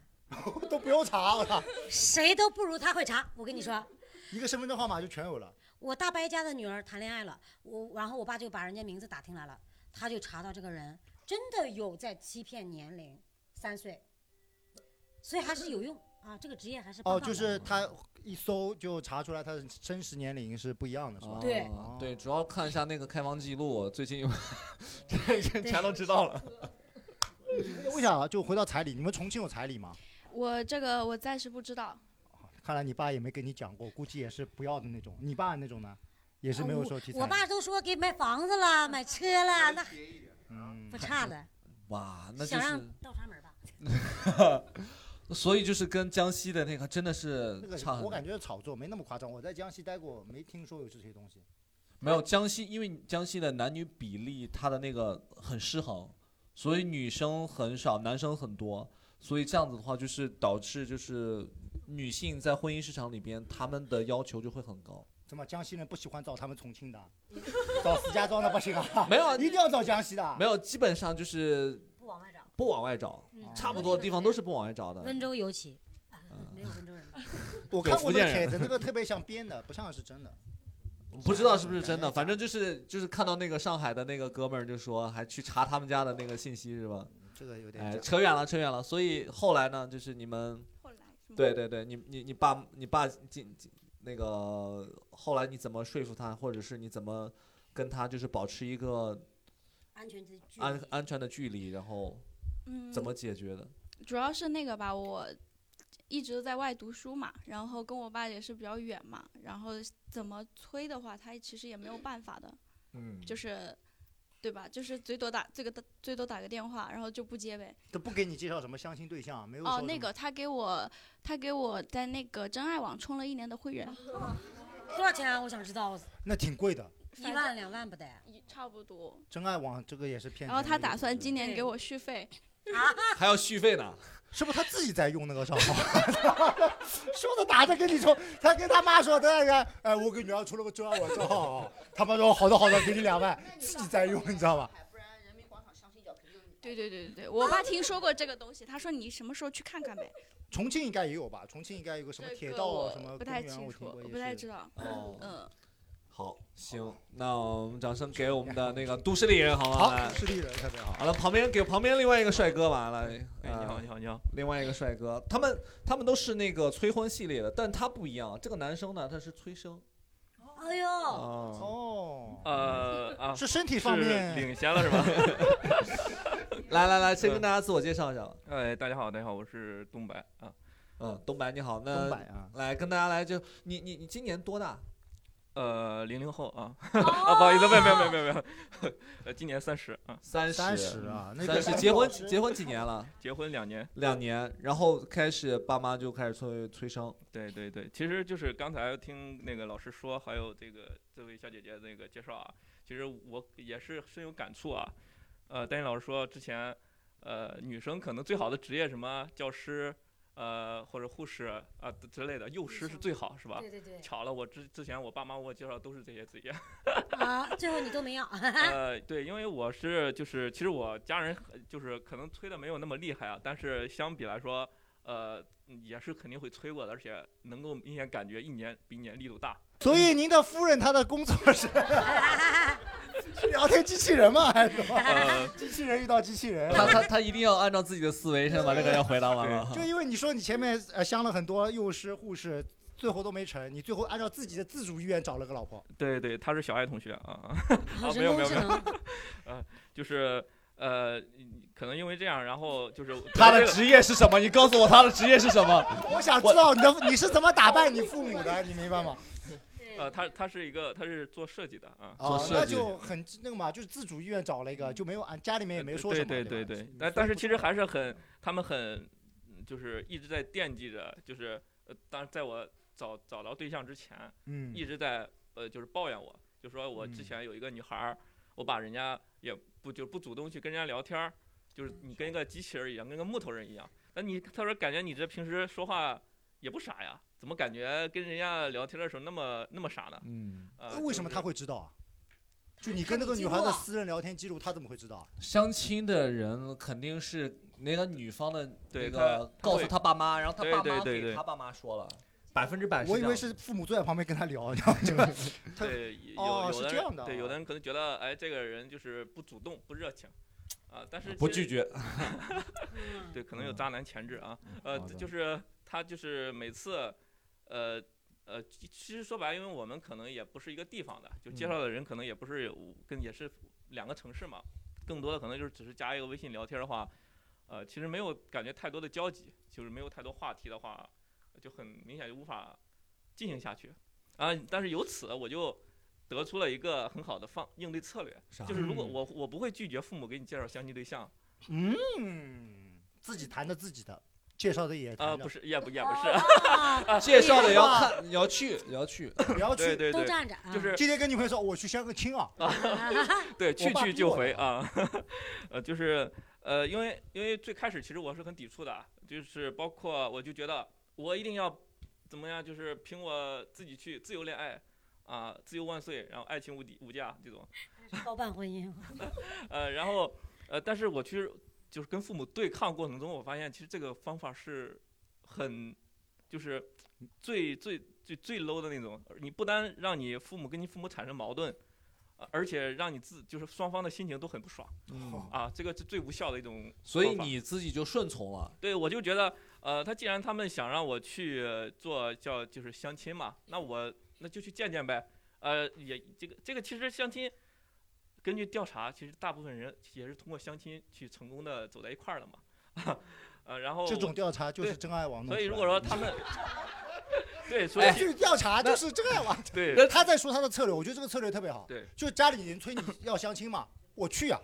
Speaker 2: 都不用查，我操，
Speaker 3: 谁都不如他会查。我跟你说，
Speaker 2: 一个身份证号码就全有了。
Speaker 3: 我大伯家的女儿谈恋爱了，我然后我爸就把人家名字打听来了，他就查到这个人真的有在欺骗年龄三岁，所以还是有用啊，这个职业还是
Speaker 2: 哦，
Speaker 3: 棒棒
Speaker 2: 就
Speaker 3: 的
Speaker 2: 是他一搜就查出来他的真实年龄是不一样的，是吧？
Speaker 3: 对
Speaker 4: 哦
Speaker 2: 哦
Speaker 4: 对，主要看一下那个开房记录，最近有， 这个全都知道了。
Speaker 2: 为啥？就回到彩礼，你们重庆有彩礼吗？
Speaker 6: 我这个我暂时不知道，
Speaker 2: 看来你爸也没跟你讲过，估计也是不要的那种。你爸那种呢，也是没有说提彩礼。
Speaker 3: 啊我爸都说给买房子了，买车了，那
Speaker 1: 贴一点啊。
Speaker 2: 嗯
Speaker 3: 不，差的。
Speaker 4: 哇，那就
Speaker 3: 想让
Speaker 4: 是，
Speaker 3: 倒插门吧。
Speaker 4: 所以就是跟江西的那个真的是
Speaker 2: 那个
Speaker 4: 差很
Speaker 2: 我
Speaker 4: 多。
Speaker 2: 感觉炒作没那么夸张。我在江西待过，没听说有这些东西。
Speaker 4: 没有江西，因为江西的男女比例它的那个很失衡，所以女生很少，男生很多，所以这样子的话就是导致就是女性在婚姻市场里边，她们的要求就会很高。
Speaker 2: 怎么江西人不喜欢找他们重庆的 啊，找石家庄的不行啊？
Speaker 4: 没有啊
Speaker 2: 一定要找江西的啊。
Speaker 4: 没有，基本上就是
Speaker 3: 不往外找，
Speaker 4: 不往外找，
Speaker 3: 嗯
Speaker 4: 差不多的地方都是不往外找的。
Speaker 3: 温州尤其，没有温州人吧？
Speaker 2: 我
Speaker 4: 给
Speaker 2: 看
Speaker 4: 福
Speaker 2: 过那
Speaker 4: 建
Speaker 2: 个
Speaker 4: 人
Speaker 2: 帖子，那个特别像编的，不像是真的。
Speaker 4: 不知道是不是真的，反正就是就是看到那个上海的那个哥们儿就说，还去查他们家的那个信息是吧？
Speaker 2: 这个有点
Speaker 4: 哎，
Speaker 2: 假。
Speaker 4: 扯远了，扯远了。所以后来呢，就是你们
Speaker 6: 后来是吗
Speaker 4: 对对对，你你你爸你爸进进那个后来你怎么说服他，或者是你怎么跟他就是保持一个
Speaker 3: 安全之距
Speaker 4: 安安全的距离，然后
Speaker 6: 嗯，
Speaker 4: 怎么解决的？
Speaker 6: 主要是那个吧，我一直在外读书嘛，然后跟我爸也是比较远嘛，然后怎么催的话，他其实也没有办法的，
Speaker 4: 嗯，
Speaker 6: 就是。对吧？就是最多打最个打最多打个电话，然后就不接呗。
Speaker 2: 都不给你介绍什么相亲对象，没有说
Speaker 6: 哦，
Speaker 2: 什
Speaker 6: 那
Speaker 2: 么
Speaker 6: 个他给我他给我在那个真爱网充了一年的会员，
Speaker 3: 多少钱啊？我想知 道，
Speaker 2: 那挺贵的。
Speaker 3: 一万两万不得 啊？
Speaker 6: 一差不多。
Speaker 2: 真爱网这个也是骗钱的一个东
Speaker 6: 然后
Speaker 2: 西。
Speaker 6: 他打算今年给我续费，
Speaker 3: 啊
Speaker 4: 还要续费呢？
Speaker 2: 是不是他自己在用那个账号？ 说着打着跟你说，他跟他妈说，他那个，哎，我给女儿出了个真爱网账号啊，他妈说好的好的，给你两万，自己在用，你知道吧？？
Speaker 7: 不然人民广场相亲角评论你。
Speaker 6: 对对对对对，我爸听说过这个东西，他说你什么时候去看看呗。
Speaker 2: 重庆应该也有吧？重庆应该有个什么
Speaker 6: 这
Speaker 2: 铁
Speaker 6: 个
Speaker 2: 道啊
Speaker 6: 我
Speaker 2: 什么
Speaker 6: 不
Speaker 2: 公
Speaker 6: 太
Speaker 2: 园，
Speaker 6: 清
Speaker 2: 我
Speaker 6: 楚，
Speaker 2: 听过，
Speaker 6: 我
Speaker 2: 也
Speaker 6: 不太
Speaker 2: 是
Speaker 6: 知道。
Speaker 4: 哦
Speaker 6: 嗯，
Speaker 4: 好，行，那我们掌声给我们的那个都市丽人，好吗？
Speaker 2: 好
Speaker 4: 来，
Speaker 2: 是利人特别好。
Speaker 4: 好了，旁边给旁边另外一个帅哥吧，来，
Speaker 8: 哎，你好，
Speaker 4: 呃
Speaker 8: 你好，你好。
Speaker 4: 另外一个帅哥，他们他们都是那个催婚系列的，但他不一样，这个男生呢他是催生
Speaker 3: 哎呦，
Speaker 4: 啊。
Speaker 2: 哦，
Speaker 8: 呃啊，
Speaker 2: 是身体方
Speaker 8: 是
Speaker 2: 面，
Speaker 8: 领先了是吧？
Speaker 4: 啊来来来，先跟大家自我介绍一下吧。
Speaker 8: 哎，大家好，大家好，我是东白啊。
Speaker 4: 嗯，东白你好，
Speaker 2: 东
Speaker 4: 那
Speaker 2: 北啊，
Speaker 4: 来跟大家来就你你你今年多大？
Speaker 8: 呃，零零后啊，啊，
Speaker 3: 啊
Speaker 8: 不好意思，没有没有没有没有没有，呃，今年三十啊，
Speaker 4: 三
Speaker 2: 三十啊，那
Speaker 4: 三
Speaker 2: 个
Speaker 4: 十，结婚结婚几年了？
Speaker 8: 结婚两年。
Speaker 4: 两年，然后开始爸妈就开始催催生。
Speaker 8: 对对对，其实就是刚才听那个老师说，还有这个这位小姐姐那个介绍啊，其实我也是深有感触啊。呃，丹妮老师说之前，呃，女生可能最好的职业什么教师，呃，或者护士啊、之类的，幼师是最好是吧？
Speaker 3: 对对 对，
Speaker 8: 巧了，我之之前我爸妈给我介绍都是这些职业。
Speaker 3: 啊，最后你都没要，
Speaker 8: 呃，对，因为我是就是，其实我家人很就是可能催的没有那么厉害啊，但是相比来说，呃，也是肯定会催过的，而且能够明显感觉一年比一年力度大。
Speaker 2: 所以您的夫人她的工作是是聊天机器人吗？还是什么？
Speaker 8: 呃，
Speaker 2: 机器人遇到机器人？
Speaker 4: 他他他一定要按照自己的思维先把这个要回答完了。
Speaker 2: 就因为你说你前面呃相了很多幼师、护士，最后都没成，你最后按照自己的自主意愿找了个老婆，
Speaker 8: 对对，他是小爱同学啊， 啊没
Speaker 3: 人
Speaker 8: 有没
Speaker 3: 工
Speaker 8: 有
Speaker 3: 智
Speaker 8: 没有
Speaker 3: 能，
Speaker 8: 就是呃，可能因为这样，然后就是
Speaker 4: 他
Speaker 8: 这
Speaker 4: 的
Speaker 8: 个
Speaker 4: 职业是什么？你告诉我他的职业是什么？
Speaker 2: 我想知道你的你是怎么打败你父母的，你明白吗？
Speaker 8: 呃，他他是一个他是做设计的啊。
Speaker 4: 做
Speaker 2: 哦，
Speaker 4: 设
Speaker 2: 那
Speaker 4: 计
Speaker 2: 就很那个嘛，就是自主意愿找了一个，就没有按家里面也没说什
Speaker 8: 对
Speaker 2: 么，
Speaker 8: 呃对
Speaker 2: 对吧
Speaker 8: 对，但但是其实还是很，他们很，嗯就是一直在惦记着，就是呃，当在我找找到对象之前，
Speaker 2: 嗯
Speaker 8: 一直在呃就是抱怨我，就说我之
Speaker 2: 嗯
Speaker 8: 前有一个女孩儿，我把人家也不就不主动去跟人家聊天儿，就是你跟一个机器人儿一样，跟个木头人一样。那你他说感觉你这平时说话也不傻呀，怎么感觉跟人家聊天的时候那么那么傻呢？
Speaker 4: 嗯，
Speaker 8: 呃，
Speaker 2: 为什么
Speaker 8: 就
Speaker 2: 他
Speaker 8: 是
Speaker 2: 会知道啊？就你跟那个女孩的私人聊天记录，她怎么会知道啊？
Speaker 4: 相亲的人肯定是那个女方的那
Speaker 8: 对
Speaker 4: 个
Speaker 8: 他
Speaker 4: 告诉
Speaker 8: 对
Speaker 4: 他爸妈，然后他
Speaker 8: 对
Speaker 4: 爸
Speaker 8: 对
Speaker 4: 妈
Speaker 8: 对
Speaker 4: 给
Speaker 8: 对
Speaker 4: 他爸妈说了，百分之百是
Speaker 2: 我
Speaker 4: 这
Speaker 2: 以
Speaker 4: 样
Speaker 2: 为
Speaker 4: 的。
Speaker 2: 是父母坐在旁边跟她聊，你知道吗？就是他
Speaker 8: 对，有
Speaker 2: 哦
Speaker 8: 有
Speaker 2: 是
Speaker 8: 的
Speaker 2: 这
Speaker 8: 人
Speaker 2: 样的
Speaker 8: 对，
Speaker 2: 啊
Speaker 8: 有的人可能觉得，哎，这个人就是不主动、不热情，啊，但是
Speaker 4: 不
Speaker 8: 其实
Speaker 4: 拒绝，
Speaker 3: 嗯
Speaker 8: 对，可能有
Speaker 4: 嗯
Speaker 8: 渣男潜质啊。呃
Speaker 4: 好的，
Speaker 8: 就是他就是每次，呃呃，其其实说白了，因为我们可能也不是一个地方的，就介
Speaker 4: 嗯
Speaker 8: 绍的人可能也不是有跟也是两个城市嘛，更多的可能就是只是加一个微信聊天的话，呃，其实没有感觉太多的交集，就是没有太多话题的话，就很明显就无法进行下去啊。但是由此我就。得出了一个很好的方应对策略，
Speaker 4: 啥
Speaker 8: 就是如果
Speaker 2: 嗯
Speaker 8: 我我不会拒绝父母给你介绍相亲对象，
Speaker 2: 嗯，自己谈的自己的，介绍的也
Speaker 8: 啊、
Speaker 2: 谈的
Speaker 8: 不，是也不也不是，
Speaker 3: 啊
Speaker 4: 介绍的也要看，哎 也要去，也要去。
Speaker 2: 不要
Speaker 8: 对
Speaker 2: 去。
Speaker 8: 对
Speaker 3: 都
Speaker 8: 对，
Speaker 3: 站着啊，
Speaker 8: 就是
Speaker 2: 今天跟女朋友说我去相个亲啊，
Speaker 8: 对，
Speaker 2: 我
Speaker 8: 去
Speaker 2: 爸
Speaker 8: 去
Speaker 2: 逼
Speaker 8: 就
Speaker 2: 我的
Speaker 8: 回啊， 呃，就是呃，因为因为最开始其实我是很抵触的，就是包括我就觉得我一定要怎么样，就是凭我自己去自由恋爱啊、自由万岁，然后爱情无敌无价这种，
Speaker 3: 包办婚姻。
Speaker 8: 呃，然后呃，但是我其实就是跟父母对抗过程中，我发现其实这个方法是很就是最最最最 low 的那种，你不单让你父母跟你父母产生矛盾。呃而且让你自就是双方的心情都很不爽。啊，这个是最无效的一种。
Speaker 4: 嗯所以你自己就顺从了。
Speaker 8: 对我就觉得，呃，他既然他们想让我去呃做叫就是相亲嘛，那我那就去见见呗。呃，也这个这个其实相亲，根据调查，其实大部分人也是通过相亲去成功的走在一块儿的嘛。 呃，然后
Speaker 2: 这种调查就是
Speaker 8: 对
Speaker 2: 真爱网弄出
Speaker 8: 所
Speaker 2: 来的。哎
Speaker 8: 以如果说他们， 对，所以
Speaker 2: 哎，这个调查就是真爱网。
Speaker 8: 对
Speaker 2: 他在说他的策略，我觉得这个策略特别好。
Speaker 8: 对，
Speaker 2: 就家里人催你要相亲嘛，我去呀、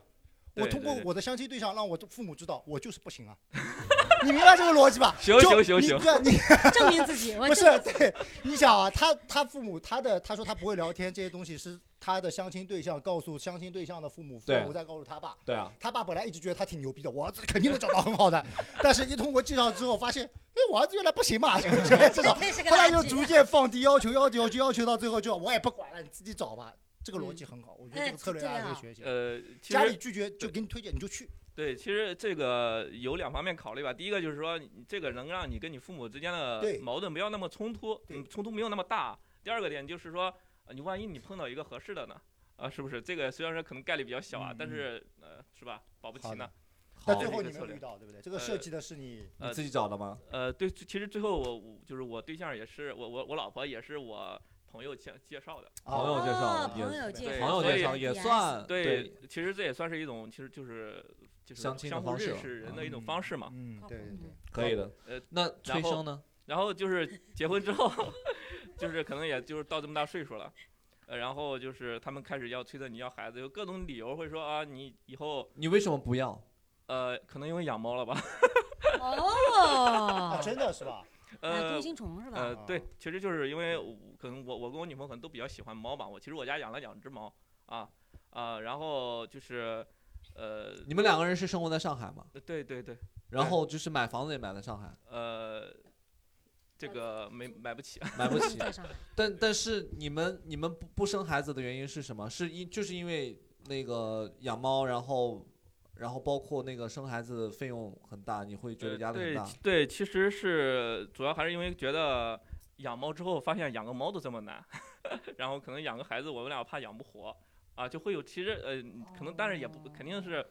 Speaker 2: 我
Speaker 8: 对
Speaker 2: 通过
Speaker 8: 对对
Speaker 2: 我的相亲对象让我父母知道，我就是不行啊， 你明白这个逻辑吧？
Speaker 8: 行
Speaker 2: 就
Speaker 8: 行行
Speaker 2: 你
Speaker 8: 行
Speaker 2: 对啊你
Speaker 3: 证明自己，我
Speaker 2: 不是
Speaker 3: 证明
Speaker 2: 对，你想啊，他他父母他的他说他不会聊天这些东西是他的相亲对象告诉相亲对象的父母，父
Speaker 4: 对
Speaker 2: 母再告诉他爸，
Speaker 4: 对啊，
Speaker 2: 他爸本来一直觉得他挺牛逼的，我儿子肯定能找到很好的，但是一通过介绍之后发现，哎，我儿子原来不行嘛，就是这种。
Speaker 3: 真是个
Speaker 2: 后来
Speaker 3: 垃
Speaker 2: 就
Speaker 3: 圾。
Speaker 2: 逐渐放低要求，要求要求要求到最后就我也不管了，你自己找吧。这个逻辑很好，我觉得这个策略大家可以学习。
Speaker 8: 呃，其
Speaker 2: 家
Speaker 8: 实
Speaker 2: 里拒绝就给你推荐，你就去。
Speaker 8: 对，其实这个有两方面考虑吧。第一个就是说，你这个能让你跟你父母之间
Speaker 2: 对
Speaker 8: 的矛盾不要那么冲突，
Speaker 2: 对
Speaker 8: 嗯，冲突没有那么大。第二个点就是说，呃你万一你碰到一个合适的呢？啊，是不是？这个虽然说可能概率比较小啊，但
Speaker 2: 嗯嗯
Speaker 8: 是呃，是吧？保不
Speaker 2: 好
Speaker 8: 齐
Speaker 2: 的
Speaker 8: 呢。
Speaker 4: 好
Speaker 2: 但，最后
Speaker 8: 这个
Speaker 2: 你没
Speaker 8: 策
Speaker 2: 有
Speaker 8: 略
Speaker 2: 遇到，对不对？这个设计的是你，
Speaker 4: 你自己找的吗？
Speaker 8: 呃，对，其实最后我我就是我对象也是我我我老婆也是我朋友介介绍的。
Speaker 2: 啊
Speaker 4: 朋友介绍
Speaker 3: 哦
Speaker 4: 的，
Speaker 3: 朋
Speaker 8: 对
Speaker 3: 友介
Speaker 4: 也
Speaker 3: 绍，
Speaker 4: 朋友介绍
Speaker 3: 对
Speaker 4: 也算
Speaker 8: 对，，其实这也算是一种，其实就是就是
Speaker 4: 相亲的
Speaker 8: 相互
Speaker 4: 方式
Speaker 8: 认识人的一种方式嘛。
Speaker 2: 嗯，对对对。
Speaker 4: 可以的
Speaker 8: 呃。
Speaker 4: 那
Speaker 8: 然
Speaker 4: 催
Speaker 8: 后
Speaker 4: 生呢？
Speaker 8: 然后就是结婚之后， 就是可能也就是到这么大岁数了，呃，然后就是他们开始要催着你要孩子，有各种理由会说啊，你以后
Speaker 4: 你为什么不要？
Speaker 8: 呃，可能因为养猫了吧，
Speaker 2: 啊，
Speaker 3: 哦，
Speaker 2: 真的是吧？
Speaker 3: 买
Speaker 8: 呃
Speaker 3: 啊空。心虫是吧？
Speaker 4: 哦
Speaker 8: 呃，对，其实就是因为我可能我我跟我女朋友可能都比较喜欢猫吧，我其实我家养了两只猫啊啊、然后就是呃，
Speaker 4: 你们两个人是生活在上海吗？
Speaker 8: 对对对，
Speaker 4: 然
Speaker 8: 哎
Speaker 4: 后就是买房子也买在上海，
Speaker 8: 呃，这个没买不起，
Speaker 4: 买 不起。
Speaker 3: 在上海
Speaker 4: 但但是你们你们不不生孩子的原因是什么？是因就是因为那个养猫，然后然后包括那个生孩子费用很大，你会觉得压力很
Speaker 8: 呃对
Speaker 4: 大。
Speaker 8: 对，其实是主要还是因为觉得养猫之后发现养个猫都这么难， 然后可能养个孩子我们俩怕养不活啊，就会有其实呃可能但是也不肯定是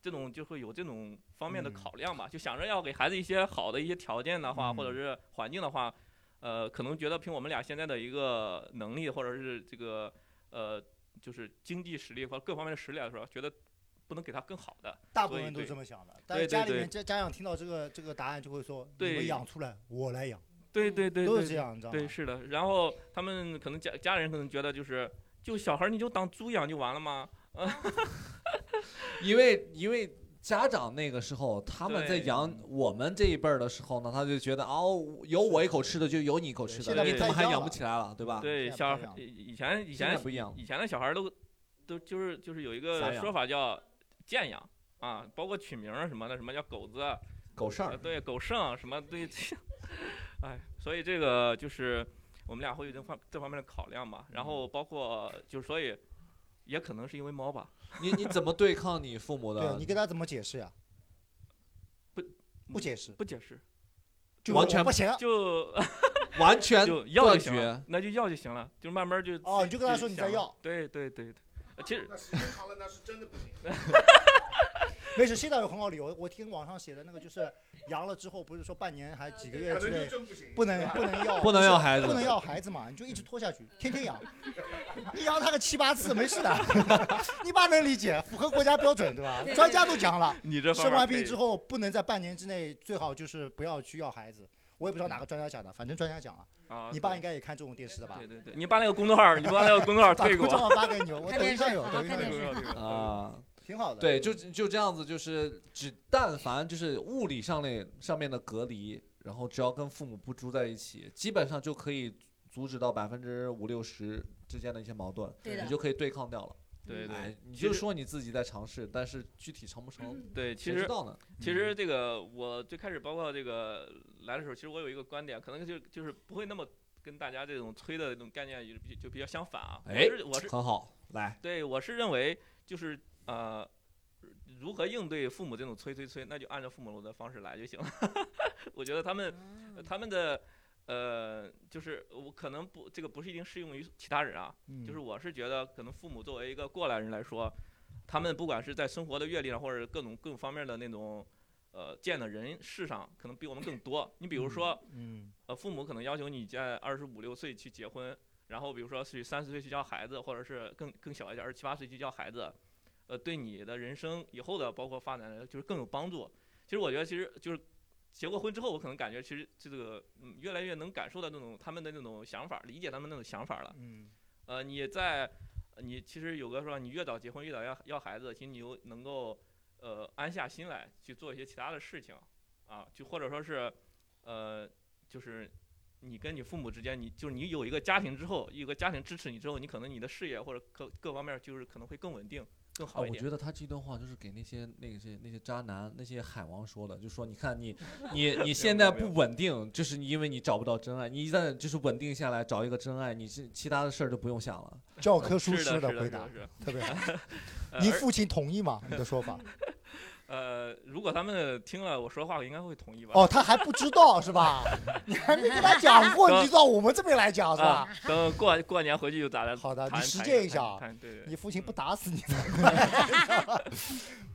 Speaker 8: 这种就会有这种方面的
Speaker 2: 嗯
Speaker 8: 考量吧，就想着要给孩子一些好的一些条件的话，或者
Speaker 2: 嗯
Speaker 8: 是环境的话，呃，可能觉得凭我们俩现在的一个能力或者是这个呃就是经济实力或者各方面的实力来说，觉得不能给他更好的。
Speaker 2: 大部分人都这么想的，但是家里面家家长听到这个这个答案就会说：“你
Speaker 8: 对
Speaker 2: 们养出来，我来养。
Speaker 8: 对对”对，
Speaker 2: 都
Speaker 8: 对
Speaker 2: 是这样，你知道
Speaker 8: 对，
Speaker 2: 吗？
Speaker 8: 是的。然后他们可能家家人可能觉得就是，就小孩儿你就当猪养就完了吗？
Speaker 4: 因为因为家长那个时候他们在
Speaker 8: 对
Speaker 4: 养我们这一辈儿的时候呢，他就觉得哦，有我一口吃的就有你一口吃
Speaker 2: 现
Speaker 4: 的，
Speaker 2: 在
Speaker 4: 你
Speaker 2: 不
Speaker 4: 怎么
Speaker 2: 太
Speaker 4: 还
Speaker 2: 一样
Speaker 4: 养不
Speaker 2: 了
Speaker 4: 起来了，对吧？
Speaker 8: 对，
Speaker 2: 现
Speaker 8: 小
Speaker 2: 在不
Speaker 8: 孩
Speaker 2: 一样
Speaker 8: 以以前以
Speaker 4: 现在
Speaker 8: 前
Speaker 4: 不一样。
Speaker 8: 以前的小孩儿都都就是就是有一
Speaker 4: 散
Speaker 8: 个
Speaker 4: 养
Speaker 8: 说法叫贱养啊，包括取名儿什么的，什么叫狗子啊，
Speaker 4: 狗剩
Speaker 8: 呃
Speaker 4: 儿，
Speaker 8: 对，狗剩什么对， 哎，所以这个就是我们俩会有这方这方面的考量吧。然后包括就是所以也可能是因为猫吧。
Speaker 4: 你你怎么对抗你父母
Speaker 2: 对啊
Speaker 4: 的？
Speaker 2: 你跟他怎么解释呀？
Speaker 8: 不
Speaker 2: 不解释，
Speaker 8: 不解释，
Speaker 2: 就
Speaker 4: 完
Speaker 2: 我
Speaker 4: 全
Speaker 2: 不行。啊
Speaker 8: 就
Speaker 4: 完全
Speaker 8: 就要
Speaker 4: 断
Speaker 8: 就行了
Speaker 4: 绝，，
Speaker 8: 那就要就行了，就慢慢就
Speaker 2: 哦，你就跟他说你在
Speaker 8: 想
Speaker 2: 要，
Speaker 8: 对对对对，呃其实
Speaker 1: 那时间长了，那是真的不行。
Speaker 2: 没事，现在有很好理由。我听网上写的那个就是阳了之后，不是说半年还几个月
Speaker 1: 可
Speaker 2: 之
Speaker 1: 能就
Speaker 2: 内
Speaker 1: 真不行。
Speaker 2: 不能不能要
Speaker 4: 不能要孩
Speaker 2: 不能
Speaker 4: 子。
Speaker 2: 要孩子嘛，你就一直拖下去，天天养，你养他个七八次没事的， 你爸能理解，符合国家标准对吧？专家都讲了，
Speaker 8: 你这方
Speaker 2: 生
Speaker 8: 法
Speaker 2: 完
Speaker 8: 可
Speaker 2: 病
Speaker 8: 以
Speaker 2: 之后不能在半年之内，最好就是不要去要孩子。我也不知道哪个专家讲的，反正专家讲了。
Speaker 8: 嗯啊，
Speaker 2: 你爸应该也看这种电视的吧
Speaker 8: 对？对对，你把那个公众号儿，你把那个公 众号儿
Speaker 2: 把
Speaker 8: 推给
Speaker 2: 公众
Speaker 8: 我，
Speaker 2: 号发给你，我
Speaker 3: 看
Speaker 2: 抖音
Speaker 3: 电视
Speaker 2: 上有，
Speaker 3: 好
Speaker 2: 抖
Speaker 3: 好
Speaker 2: 音
Speaker 3: 看
Speaker 8: 那
Speaker 2: 上
Speaker 3: 电
Speaker 8: 个
Speaker 2: 有，
Speaker 8: 公
Speaker 3: 视
Speaker 8: 众。号推给我。
Speaker 4: 啊，
Speaker 2: 挺好的。
Speaker 4: 对，就就这样子，就是只但凡就是物理上类上面的隔离，然后只要跟父母不住在一起，基本上就可以阻止到百分之五六十之间的一些矛盾，
Speaker 3: 对
Speaker 4: 你
Speaker 3: 的
Speaker 4: 就，可以对抗掉了。
Speaker 8: 对对
Speaker 4: 哎，你
Speaker 8: 其
Speaker 4: 就
Speaker 8: 实
Speaker 4: 说你自己在尝试，但是具体成不成，
Speaker 8: 对，其
Speaker 4: 谁知
Speaker 8: 实
Speaker 4: 道呢？
Speaker 8: 其实这个我最开始包括这个来的时候，其实我有一个观点，可能就就是不会那么跟大家这种吹的那种概念就比就比较相反啊。我
Speaker 4: 哎
Speaker 8: 是我是
Speaker 4: 很好，来，
Speaker 8: 对我是认为就是呃。如何应对父母这种催催催，那就按照父母的方式来就行了。 我觉得他们
Speaker 3: 嗯
Speaker 8: 他们的呃，就是我可能不，这个不是一定适用于其他人啊。
Speaker 2: 嗯
Speaker 8: 就是我是觉得，可能父母作为一个过来人来说，他们不管是在生活的阅历上，或者各种各种方面的那种呃见的人事上，可能比我们更多。你比如说，
Speaker 2: 嗯，
Speaker 8: 呃，父母可能要求你在二十五六岁去结婚，然后比如说是三十岁去要孩子，或者是更更小一点，二十七八岁去要孩子，呃，对你的人生以后的包括发展就是更有帮助。其实我觉得，其实就是结过婚之后，我可能感觉其实这个嗯越来越能感受到那种他们的那种想法，理解他们那种想法了。
Speaker 2: 嗯
Speaker 8: 呃，你在你其实有个说，你越早结婚越早要要孩子，其实你就能够呃安下心来去做一些其他的事情啊，就或者说是呃，就是你跟你父母之间，你就是你有一个家庭之后，有个家庭支持你之后，你可能你的事业或者各各方面就是可能会更稳定、更
Speaker 4: 啊，
Speaker 8: 好一
Speaker 4: 我
Speaker 8: 点。
Speaker 4: 觉得他这段话就是给那些那些那些渣男、那些海王说的，就说你 看你你你现在不稳定，就是你因为你找不到真爱，你一旦就是稳定下来找一个真爱，你是其他的事儿就不用想了。
Speaker 2: 教科书
Speaker 8: 是的，
Speaker 2: 式
Speaker 8: 是的，
Speaker 2: 回
Speaker 8: 是
Speaker 2: 答
Speaker 8: 的，，是的。
Speaker 2: 特别 好。
Speaker 8: 呃
Speaker 2: 你
Speaker 8: 而
Speaker 2: 父亲同意吗？你的说 法？
Speaker 8: 呃，如果他们听了我说话，应该会同意吧？
Speaker 2: 哦，他还不知道是吧？你还没跟他 讲过，你就到我们这边来讲是吧
Speaker 8: 啊？，等过完过完年回去就咋的？
Speaker 2: 好的
Speaker 8: 谈
Speaker 2: 你实
Speaker 8: 谈
Speaker 2: 践一
Speaker 8: 谈
Speaker 2: 下啊
Speaker 8: 谈对对，
Speaker 2: 你父亲不打 死你，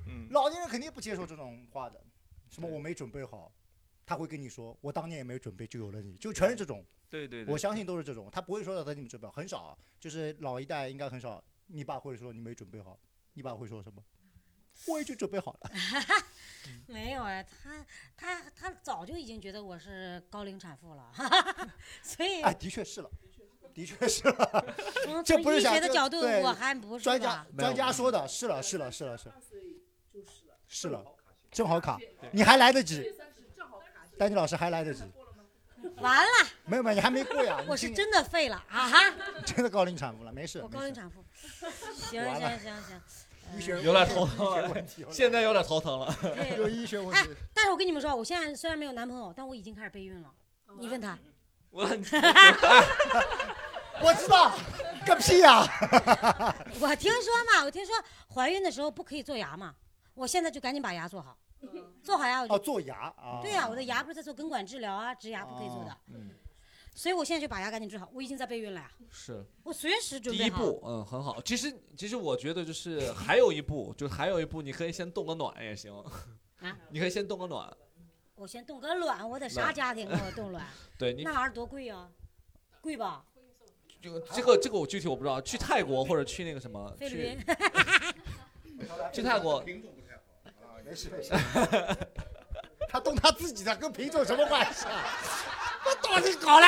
Speaker 8: 嗯，
Speaker 2: 老年人肯定不接受这种话的。什么我没准备好，他会跟你说，我当年也没准备就有了你，就全是这种。
Speaker 8: 对对对，
Speaker 2: 我相信都是这种，他不会说到他你们准备好，很少啊，就是老一代应该很少。你爸会说你没准备好，你爸会说什么？我已经准备好了。
Speaker 3: 没有哎，他他他早就已经觉得我是高龄产妇了， 所以
Speaker 2: 哎，的确是了，的确是了。
Speaker 3: 从
Speaker 2: 这
Speaker 3: 从
Speaker 2: 不是
Speaker 3: 医
Speaker 2: 想
Speaker 3: 学的
Speaker 2: 这
Speaker 3: 角度，
Speaker 2: 对
Speaker 3: 我还不是
Speaker 2: 专家
Speaker 3: 吧
Speaker 4: 没有
Speaker 2: 专家说的是了，是了，是了，是了
Speaker 7: 二岁就是了，
Speaker 2: 是了，正好卡
Speaker 8: 对，
Speaker 2: 你还来得及。
Speaker 7: 三十正好卡
Speaker 2: 丹妮老师还来得及，
Speaker 3: 完了，
Speaker 2: 没有没有，你还没过呀，
Speaker 3: 我
Speaker 2: 你
Speaker 3: 是
Speaker 2: 今
Speaker 3: 真的废了啊哈，
Speaker 2: 真的高龄产妇了，没事，
Speaker 3: 我
Speaker 2: 嗯没
Speaker 3: 高龄
Speaker 2: 事
Speaker 3: 产 妇，行
Speaker 2: 完了
Speaker 3: 行行行，
Speaker 2: 医学
Speaker 4: 有点头
Speaker 2: 医学
Speaker 4: 疼，
Speaker 2: 问题，
Speaker 4: 现在有点头 疼了。
Speaker 3: 呃对
Speaker 2: 有医学问题，
Speaker 3: 但是我跟你们说，我现在虽然没有男朋友，但我已经开始备孕了。你问他，
Speaker 8: 我
Speaker 2: 我知道， 个屁呀！
Speaker 3: 我听说嘛，我听说怀孕的时候不可以做牙嘛，我现在就赶紧把牙做好，做好牙我就
Speaker 2: 哦，做牙啊，
Speaker 3: 对呀、我的牙不是在做根管治疗啊，植牙不可以
Speaker 2: 哦
Speaker 3: 做的，
Speaker 4: 嗯，
Speaker 3: 所以我现在就把牙赶紧治好。我已经在备孕了呀，
Speaker 4: 是
Speaker 3: 我随时
Speaker 4: 第
Speaker 3: 准备
Speaker 4: 一
Speaker 3: 好。
Speaker 4: 步，嗯，很好。其实其实我觉得就是还有一步，就是还有一步，你可以先冻个暖也行。
Speaker 3: 啊
Speaker 4: 你可以先冻个暖，
Speaker 3: 我先冻个卵，我得啥
Speaker 4: 卵
Speaker 3: 家庭给我冻卵？
Speaker 4: 对你
Speaker 3: 那玩意儿多贵呀、贵吧？
Speaker 4: 这个这个这个我具体我不知道，去泰国或者去那个什么
Speaker 3: 菲律
Speaker 4: 去
Speaker 3: 宾
Speaker 4: 去泰国
Speaker 1: 品种不太好啊，
Speaker 2: 没事没事， 他动他自己的，跟品种什么关系 啊？我到底搞嘞？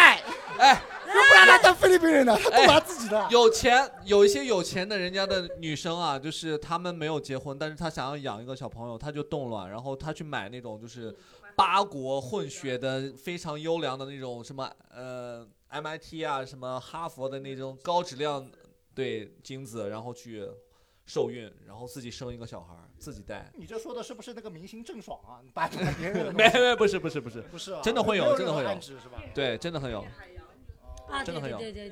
Speaker 4: 哎，
Speaker 2: 又不让他当菲律宾人的，他动他自己的，
Speaker 4: 有钱有一些有钱的人家的女生啊，就是她们没有结婚，但是她想要养一个小朋友，她就冻卵，然后她去买那种就是八国混血的非常优良的那种什么呃 MIT 啊，什么哈佛的那种高质量对精子，然后去受孕，然后自己生一个小孩儿，自己带。
Speaker 2: 你这说的是不是那个明星郑爽啊？你把别人的
Speaker 4: 没没不是不是不是，
Speaker 2: 不是啊，
Speaker 4: 真的会有
Speaker 2: 没任何
Speaker 4: 真的会有
Speaker 2: 暗指是吧？
Speaker 4: 对，真的很有。
Speaker 3: 啊，对
Speaker 4: 真的很
Speaker 3: 对
Speaker 4: 有
Speaker 3: 对对对，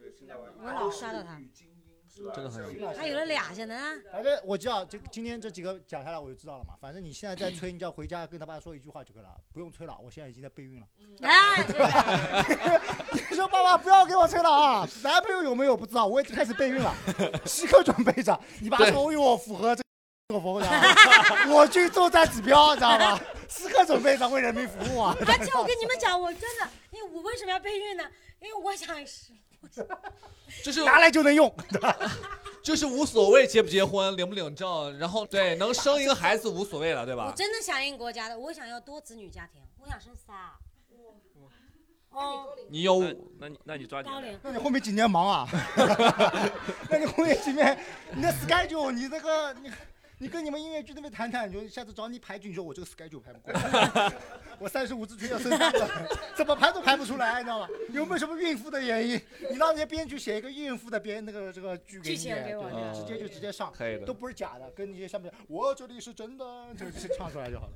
Speaker 1: 对，现在
Speaker 3: 我老刷到他
Speaker 1: 女精英，是吧？
Speaker 4: 真的很有
Speaker 1: 像
Speaker 4: 意
Speaker 1: 一
Speaker 4: 思
Speaker 1: 个
Speaker 3: 还有了俩现在啊，
Speaker 2: 反正我知道，这今天这几个讲下来我就知道了嘛。反正你现在再催，你只要回家跟他爸说一句话就可以了，不用催了。我现在已经在备孕了。
Speaker 3: 哎，对了
Speaker 2: 你说爸爸不要给我催了啊！男朋友有没有不知道，我已经开始备孕了，时刻准备着。你爸说，哎呦，符合这个符合的， 我军作战指标，知道吧？时刻准备着为人民服务啊！
Speaker 3: 而且我跟你们讲，我真的，因为我为什么要备孕呢？因为我想是
Speaker 4: 这是
Speaker 2: 拿来就能用，
Speaker 4: 这是无所谓结不结婚，领不领证，然后对能生一个孩子无所谓了，对
Speaker 3: 我
Speaker 4: 吧？
Speaker 3: 真的响应国家的，我想要多子女家庭，我想生仨。哦，
Speaker 4: 你有
Speaker 8: 那那你那你抓紧
Speaker 3: 高
Speaker 8: 点。
Speaker 3: 龄，
Speaker 2: 那你后面几年忙啊？ 那你后面几年，你的 schedule，你这个你。你跟你们音乐剧那边谈谈，你就下次找你排剧，你说我这个 schedule 排不过 来，我三十五之前要生三个，怎么排都排不出来，你知道吧？有没有什么孕妇的原因？你让那些编剧写一个孕妇的编那个这个剧给你，
Speaker 3: 剧情给我嗯
Speaker 2: 对
Speaker 4: 对
Speaker 2: 直接就直接上，
Speaker 4: 可以
Speaker 2: 都。不是假的，跟那些下面我这里是真的，就就唱出来就好了。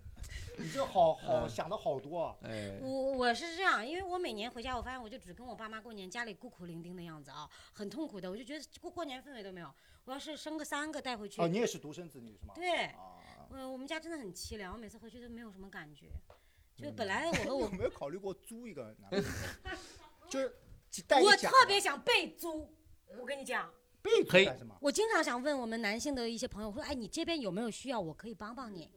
Speaker 2: 你这好好
Speaker 4: 嗯
Speaker 2: 想的好多啊，
Speaker 4: 哎，
Speaker 3: 我我是这样，因为我每年回家，我发现我就只跟我爸妈过年，家里孤苦伶仃的样子啊，很痛苦的，我就觉得过过年氛围都没有。我要是生个三个带回去，
Speaker 2: 哦，你也是独生子女是吗？
Speaker 3: 对，
Speaker 2: 啊，
Speaker 3: 我我们家真的很凄凉，我每次回去都没有什么感觉。就
Speaker 4: 嗯
Speaker 3: 本来我和我
Speaker 2: 有没有考虑过租一个男 朋友？就是几带一
Speaker 3: 我
Speaker 2: 家
Speaker 3: 特别想被租，我跟你讲，
Speaker 2: 被
Speaker 4: 可以
Speaker 2: 租干什么？
Speaker 3: 我经常想问我们男性的一些朋友，我说哎，你这边有没有需要，我可以帮帮你，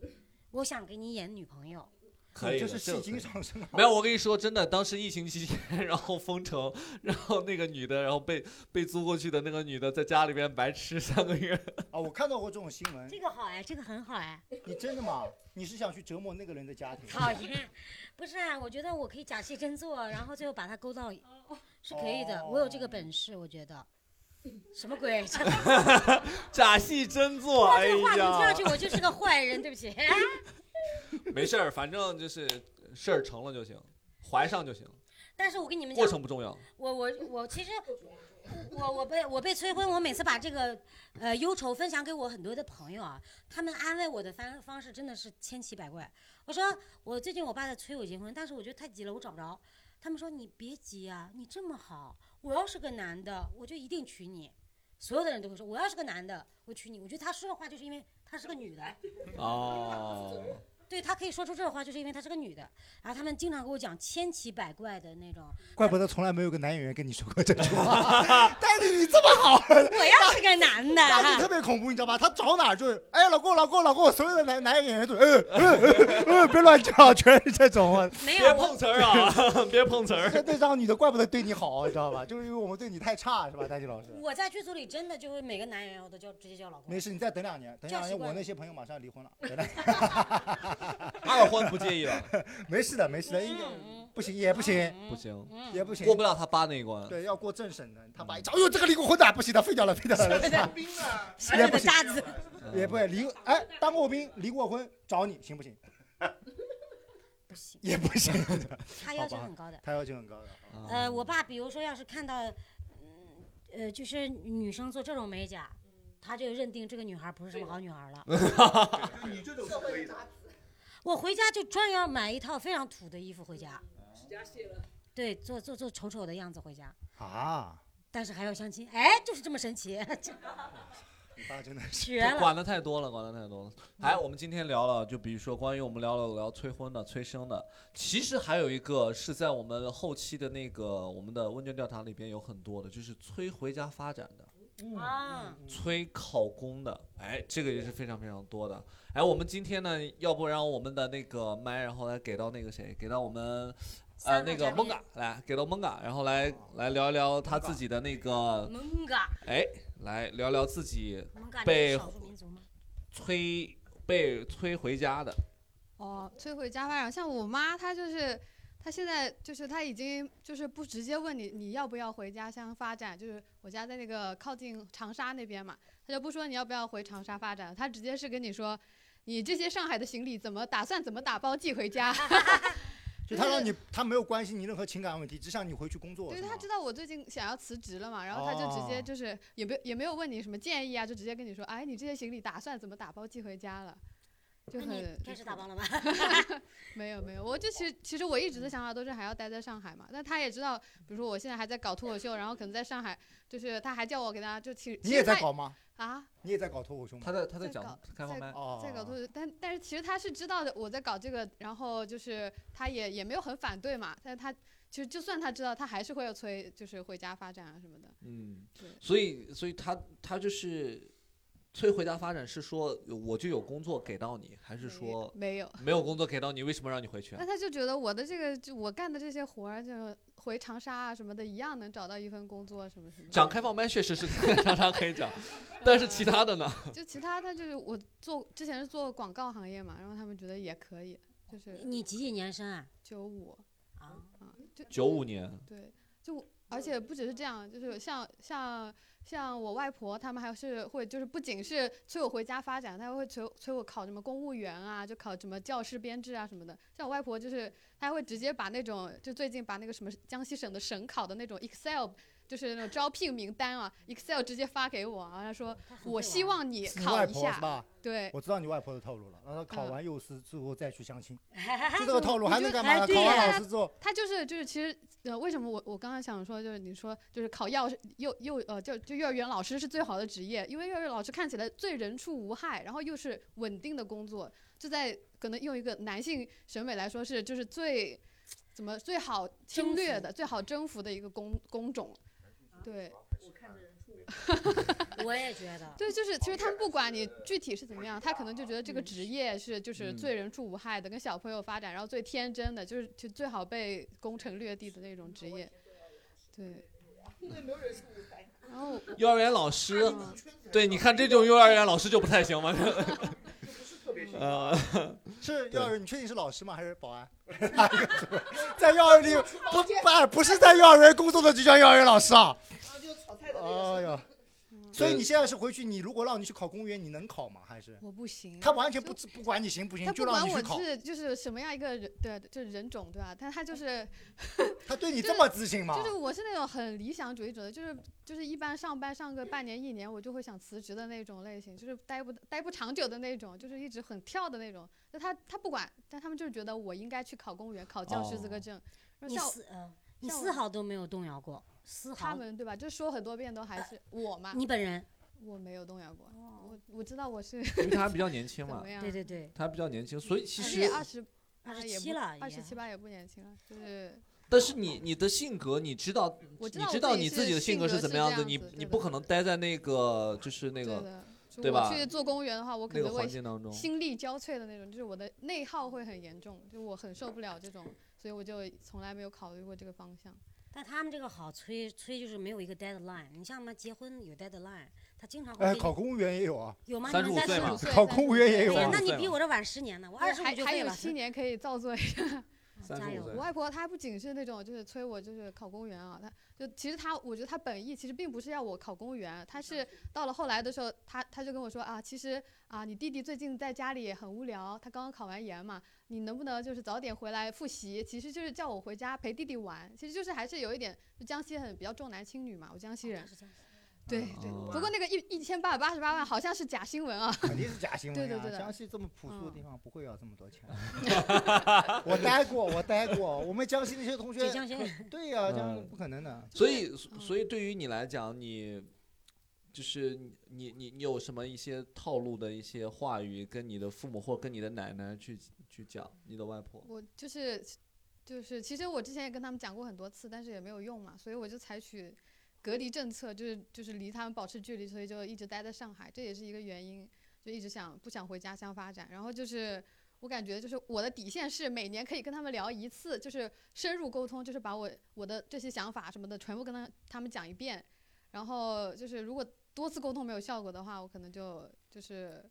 Speaker 3: 我想给你演女朋友。
Speaker 4: 可以
Speaker 2: 这
Speaker 4: 的，
Speaker 2: 是戏
Speaker 4: 个
Speaker 2: 精上身啊！
Speaker 4: 没有，我跟你说，真的，当时疫情期间，然后封城，然后那个女的，然后被被租过去的那个女的，在家里边白吃三个月。
Speaker 2: 啊，我看到过这种新闻
Speaker 3: 这。个好哎，这个很好哎。
Speaker 2: 你真的吗？你是想去折磨那个人的家 庭？
Speaker 3: 讨厌，不啊是啊，我觉得我可以假戏真做，然后最后把他勾到，是可以的，我有这个本事，我觉得。什么 鬼？这
Speaker 4: 假戏真做，
Speaker 3: 哇
Speaker 4: 哎
Speaker 3: 这个话筒听上去
Speaker 4: 呀，
Speaker 3: 我就是个坏人，对不起。
Speaker 4: 没事儿，反正就是事儿成了就行，怀上就行，
Speaker 3: 但是我跟你们讲
Speaker 4: 过，程不重要。
Speaker 3: 我我我其实我我被我被催婚，我每次把这个呃忧愁分享给我很多的朋友啊，他们安慰我的方方式真的是千奇百怪。我说我最近我爸在催我结婚，但是我觉得太急了，我找不着。他们说你别急啊，你这么好，我要是个男的，我就一定娶你。所有的人都会说，我要是个男的，我娶你。我觉得他说的话就是因为他是个女的，
Speaker 4: 哦，
Speaker 3: 对他可以说出这种话，就是因为他是个女的。然后他们经常给我讲千奇百怪的那种，
Speaker 2: 怪不得从来没有个男演员跟你说过这句话。 但是你这么 好，
Speaker 3: 我要是个男的，
Speaker 2: 大姐特别恐怖，你知道吧？她找哪儿就是，哎，老公，老公，老公，所有的男男演员都，嗯嗯嗯嗯，别乱叫， 全是这种 啊。
Speaker 3: 没有
Speaker 4: 别
Speaker 3: 我
Speaker 4: 碰瓷儿啊， 别碰瓷儿。
Speaker 2: 这这张女的怪不得对你好，你知道吧？就是因为我们对你太差，是吧，丹姐老师？
Speaker 3: 我在剧组里真的就会每个男演员我都叫直接叫老公。
Speaker 2: 没事，你再等两年，等
Speaker 3: 叫
Speaker 2: 两年
Speaker 3: 习惯
Speaker 2: 我
Speaker 3: 了
Speaker 2: 那些朋友马上要离婚了，等两年
Speaker 4: 二婚不介意了，
Speaker 2: 没事的，没事的，应该
Speaker 3: 嗯，
Speaker 2: 不行也不行，
Speaker 4: 不行，
Speaker 3: 嗯
Speaker 2: 也不行
Speaker 4: 过，不了他爸那一关。
Speaker 2: 对，要过政审的，他爸一找，哎呦，这个离过婚的，不行的，废掉了，废掉了，
Speaker 1: 冰啊，
Speaker 3: 是个
Speaker 2: 不行
Speaker 3: 渣子。
Speaker 4: 嗯
Speaker 2: 也不会离，哎，当过兵，离过婚，找你行不行？
Speaker 3: 不行，
Speaker 2: 也不行，
Speaker 3: 他要求
Speaker 2: 好吧
Speaker 3: 很高的。
Speaker 2: 他要求很高的。
Speaker 4: 啊
Speaker 3: 呃，我爸比如说要是看到，嗯，呃，就是女生做这种美甲，他就认定这个女孩不是什么好女孩了。
Speaker 1: 就 你这种是可以的。
Speaker 3: 我回家就专要买一套非常土的衣服回家，
Speaker 7: 指甲卸了，
Speaker 3: 对，做做做丑丑的样子回家，
Speaker 2: 啊，
Speaker 3: 但是还要相亲，哎，就是这么神奇，
Speaker 2: 你爸真的是
Speaker 3: 绝了。嗯
Speaker 4: 管的太多了，管的太多了。哎，我们今天聊了，就比如说关于我们聊了聊催婚的、催生的，其实还有一个是在我们后期的那个我们的问卷调查里边有很多的，就是催回家发展的。呃
Speaker 3: 啊，
Speaker 4: 催考公的，哎，这个也是非常非常多的。哎，我们今天呢，要不让我们的那个麦，然后来给到那个谁，给到我们呃
Speaker 3: 三
Speaker 4: 那
Speaker 3: 嘉宾
Speaker 4: 个
Speaker 3: 哦
Speaker 4: 蒙嘎来，给到蒙嘎，然后来来聊一聊他自己的那 个，
Speaker 3: 蒙嘎，
Speaker 4: 哎，来聊聊自己
Speaker 3: 蒙嘎，你
Speaker 4: 被
Speaker 3: 是少数民族吗？
Speaker 4: 催被催回家的。
Speaker 9: 哦，摧毁家发展，像我妈她就是，她现在就是她已经就是不直接问你你要不要回家乡发展，就是我家在那个靠近长沙那边嘛，她就不说你要不要回长沙发展，她直接是跟你说，你这些上海的行李怎么打算怎么打包寄回家。
Speaker 2: 就他让你，他没有关心你任何情感问题，只想你回去工作。
Speaker 9: 对，
Speaker 2: 是吗哦
Speaker 9: 他知道我最近想要辞职了嘛，然后他就直接就是也没也没有问你什么建议啊，就直接跟你说，哎，你这些行李打算怎么打包寄回家了？就
Speaker 3: 那你
Speaker 9: 很
Speaker 3: 开始打帮了吧？
Speaker 9: 没有没有，我就其实其实我一直的想法都是还要待在上海嘛，但他也知道，比如说我现在还在搞脱口秀，然后可能在上海，就是他还叫我给他就其实
Speaker 2: 你也在
Speaker 9: 其实他
Speaker 2: 搞吗？
Speaker 9: 啊，
Speaker 2: 你也在搞脱口秀吗？
Speaker 4: 他在他在
Speaker 9: 在
Speaker 4: 讲
Speaker 9: 搞
Speaker 4: 开放
Speaker 9: 在
Speaker 4: 麦，
Speaker 2: 哦，
Speaker 9: 在搞脱口秀，但但是其实他是知道的我在搞这个，然后就是他也也没有很反对嘛，但是他其实就算他知道，他还是会有催，就是回家发展啊什么的。
Speaker 4: 嗯
Speaker 9: 对，
Speaker 4: 所以所以他他就是催回家发展是说我就有工作给到你，还是
Speaker 9: 没有
Speaker 4: 说
Speaker 9: 没有，
Speaker 4: 没有工作给到你，为什么让你回去啊
Speaker 9: 那？他就觉得我的这个就我干的这些活儿，就回长沙啊什么的，一样能找到一份工作什么什么的。
Speaker 4: 讲开放麦确实是 常常可以讲，但是其他的呢？
Speaker 9: 就其他的就是我做之前是做广告行业嘛，然后他们觉得也可以，就是
Speaker 3: 你几几年生啊？
Speaker 9: 九五
Speaker 3: 啊，
Speaker 9: 啊，就
Speaker 4: 九五年，
Speaker 9: 对，就而且不只是这样，就是像像像我外婆他们还是会就是不仅是催我回家发展，她还会催催我考什么公务员啊，就考什么教师编制啊什么的。像我外婆就是她还会直接把那种就最近把那个什么江西省的省考的那种 Excel。就是那种招聘名单啊，Excel 直接发给我啊，她说
Speaker 3: 他很会
Speaker 9: 我希
Speaker 3: 玩啊
Speaker 9: 望你
Speaker 2: 是你外
Speaker 9: 考
Speaker 2: 婆
Speaker 9: 一
Speaker 2: 是
Speaker 9: 下，
Speaker 2: 吧？
Speaker 9: 对，
Speaker 2: 我知道你外婆的套路了，让她考
Speaker 9: 嗯啊
Speaker 2: 完幼师之后再去相亲，就这个套路还能干嘛
Speaker 3: 哎
Speaker 2: 呢？
Speaker 3: 对
Speaker 2: 考完
Speaker 3: 呀
Speaker 2: 老师之后，
Speaker 9: 他就是就是，其实呃，为什么我我刚刚想说，就是你说就是考幼师幼幼呃，就就幼儿园老师是最好的职业，因为幼儿园老师看起来最人畜无害，然后又是稳定的工作，就在可能用一个男性审美来说是就是最怎么最好侵略的、最好征服的一个工工种。对
Speaker 7: 我看着人畜
Speaker 3: 啊我也觉得，
Speaker 9: 对， 就是其实他们不管你具体是怎么样，他可能就觉得这个职业是就是
Speaker 4: 嗯
Speaker 9: 最人畜无害的，跟小朋友发展，然后最天真的，就是就最好被攻城略地的那种职业。对。
Speaker 7: 对，没有人畜无害。
Speaker 9: 然后
Speaker 4: 幼儿园老师，
Speaker 9: 嗯
Speaker 4: 对，你看这种幼儿园老师就不太行嘛。
Speaker 1: 就不是特别行。
Speaker 4: 呃，
Speaker 2: 是
Speaker 4: 对
Speaker 2: 幼儿，你确定是老师吗？还是保安？ 在幼儿 园里不不不是在幼儿园工作的就叫幼儿园老师啊！
Speaker 7: 啊，就炒菜的那个。
Speaker 2: 哎呀， 所以你现在是回去，你如果让你去考公务员，你能考吗？还是
Speaker 9: 我不行，
Speaker 2: 他完全不知不管你行不行，
Speaker 9: 他
Speaker 2: 就
Speaker 9: 不
Speaker 2: 让
Speaker 9: 管
Speaker 2: 你去
Speaker 9: 我
Speaker 2: 考？
Speaker 9: 是就是什么样一个人，对，就是人种，对吧？但他就是
Speaker 2: 他对你
Speaker 9: 就
Speaker 2: 这
Speaker 9: 是
Speaker 2: 么自信吗？
Speaker 9: 就是我是那种很理想主义者的，就是就是一般上班上个半年一年，我就会想辞职的那种类型，就是待不待不长久的那种，就是一直很跳的那种。那他他不管，但他们就是觉得我应该去考公务员，考教师资格
Speaker 4: 哦
Speaker 9: 证。然后
Speaker 3: 你
Speaker 9: 像
Speaker 3: 丝呃你
Speaker 9: 像
Speaker 3: 丝
Speaker 9: 我
Speaker 3: 毫都没有动摇过，丝
Speaker 9: 他
Speaker 3: 毫。
Speaker 9: 们对吧？就说很多遍都还是我嘛，
Speaker 3: 你本哦人，
Speaker 9: 我没有动摇过，我我知道我是
Speaker 4: 因为他还比较年轻
Speaker 9: 怎
Speaker 4: 嘛
Speaker 9: 么，样。
Speaker 3: 对对对，
Speaker 4: 他还比较年轻，所以其
Speaker 9: 而
Speaker 4: 实哎
Speaker 9: 且二十
Speaker 3: 二
Speaker 9: 啊
Speaker 3: 十
Speaker 9: 也
Speaker 3: 七
Speaker 9: 不
Speaker 3: 了，
Speaker 9: 二十七。八也不年轻了，就是
Speaker 4: 但是你你的性格，你知道，
Speaker 9: 我知
Speaker 4: 你
Speaker 9: 道
Speaker 4: 知
Speaker 9: 我
Speaker 4: 道
Speaker 9: 自己
Speaker 4: 你自
Speaker 9: 是
Speaker 4: 己的性
Speaker 9: 性
Speaker 4: 格
Speaker 9: 格
Speaker 4: 是
Speaker 9: 是
Speaker 4: 怎么
Speaker 9: 这
Speaker 4: 样
Speaker 9: 样
Speaker 4: 你
Speaker 9: 子对
Speaker 4: 你
Speaker 9: 的
Speaker 4: 不可能待在那个就是那
Speaker 9: 对
Speaker 4: 个
Speaker 9: 的，就
Speaker 4: 对吧
Speaker 9: 我去做公务员的话，我可
Speaker 4: 那个
Speaker 9: 能
Speaker 4: 环
Speaker 9: 会
Speaker 4: 境哦当中。
Speaker 9: 心力交瘁的那种，就是我的内耗会很严重，就我很受不了这种，所以我就从来没有考虑过这个方向。
Speaker 3: 但他们这个好催催就是没有一个 deadline，你像嘛结婚有 deadline，他经常会
Speaker 2: 哎，
Speaker 3: 给你
Speaker 2: 考公务员也有啊，
Speaker 3: 有吗？你
Speaker 4: 35
Speaker 3: 们三
Speaker 4: 岁
Speaker 3: 十
Speaker 4: 嘛
Speaker 3: 五
Speaker 9: 对
Speaker 2: 考公务员也有
Speaker 3: 哎呀
Speaker 2: 啊
Speaker 3: 那。
Speaker 4: 35
Speaker 3: 你
Speaker 4: 岁
Speaker 3: 比
Speaker 4: 嘛
Speaker 3: 我这晚十年呢，我二十五
Speaker 9: 还
Speaker 3: 就
Speaker 9: 还
Speaker 3: 废
Speaker 9: 有
Speaker 3: 了。
Speaker 9: 七年可以造作一下。
Speaker 4: 35
Speaker 3: 啊加油
Speaker 4: 岁
Speaker 9: 我外婆她不仅是那种就是催我就是考公务员啊，她就其实她我觉得她本意其实并不是要我考公务员，她是到了后来的时候，她她就跟我说啊，其实啊你弟弟最近在家里很无聊，他刚刚考完研嘛，你能不能就是早点回来复习？其实就是叫我回家陪弟弟玩，其实就是还是有一点就江西很比较重男轻女嘛，我江西人，
Speaker 3: 是这样
Speaker 9: 对对。
Speaker 4: 哦
Speaker 9: 不过那个一一千八百八十八万好像是假新闻啊，
Speaker 2: 肯定是假新闻
Speaker 9: 对
Speaker 2: 呀、
Speaker 9: 的对的嗯
Speaker 2: 江西这么朴素的地方不会要这么多钱。 我待过，我待过，我们江西那些同
Speaker 3: 浙
Speaker 2: 学，
Speaker 3: 江先
Speaker 2: 对呀、
Speaker 4: 嗯
Speaker 2: 江西不可能的。
Speaker 4: 所以，
Speaker 2: 嗯
Speaker 4: 所以对于你来讲，你就是你你你有什么一些套路的一些话语，跟你的父母或跟你的奶奶去去讲，你的外婆。
Speaker 9: 我就是就是，其实我之前也跟他们讲过很多次，但是也没有用嘛，所以我就采取隔离政策，就是就是离他们保持距离，所以就一直待在上海，这也是一个原因，就一直想不想回家乡发展。然后就是我感觉就是我的底线是每年可以跟他们聊一次，就是深入沟通，就是把我我的这些想法什么的全部跟他他们讲一遍。然后就是如果多次沟通没有效果的话，我可能就就是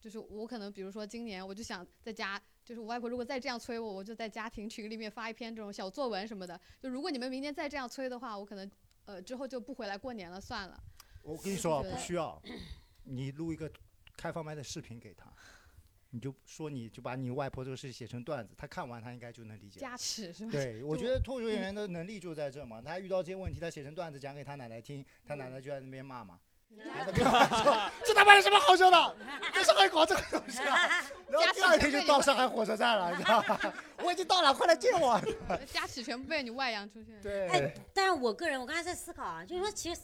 Speaker 9: 就是我可能比如说今年我就想在家，就是我外婆如果再这样催我，我就在家庭群里面发一篇这种小作文什么的。就如果你们明年再这样催的话，我可能呃之后就不回来过年了，算了。
Speaker 2: 我跟你说啊，
Speaker 9: 对
Speaker 2: 不需要，你录一个开放麦的视频给他，你就说你就把你外婆这个事写成段子，他看完他应该就能理解了。
Speaker 9: 加持 是吧？
Speaker 2: 对，我
Speaker 9: 就嗯
Speaker 2: 觉得脱口
Speaker 9: 嗯
Speaker 2: 秀演员的能力就在这嘛，他遇到这些问题，他写成段子讲给他奶奶听，他奶奶就在那边骂嘛。 这他妈有什么好笑的？在上海搞这个东西啊！然后第二天就到上海火车站了，你知道吧？ 我已经到了，快来接 我！
Speaker 9: 家企全部被你外扬出去。
Speaker 2: 对
Speaker 3: 哎，但是我个人，我刚才在思考啊，就是说，其实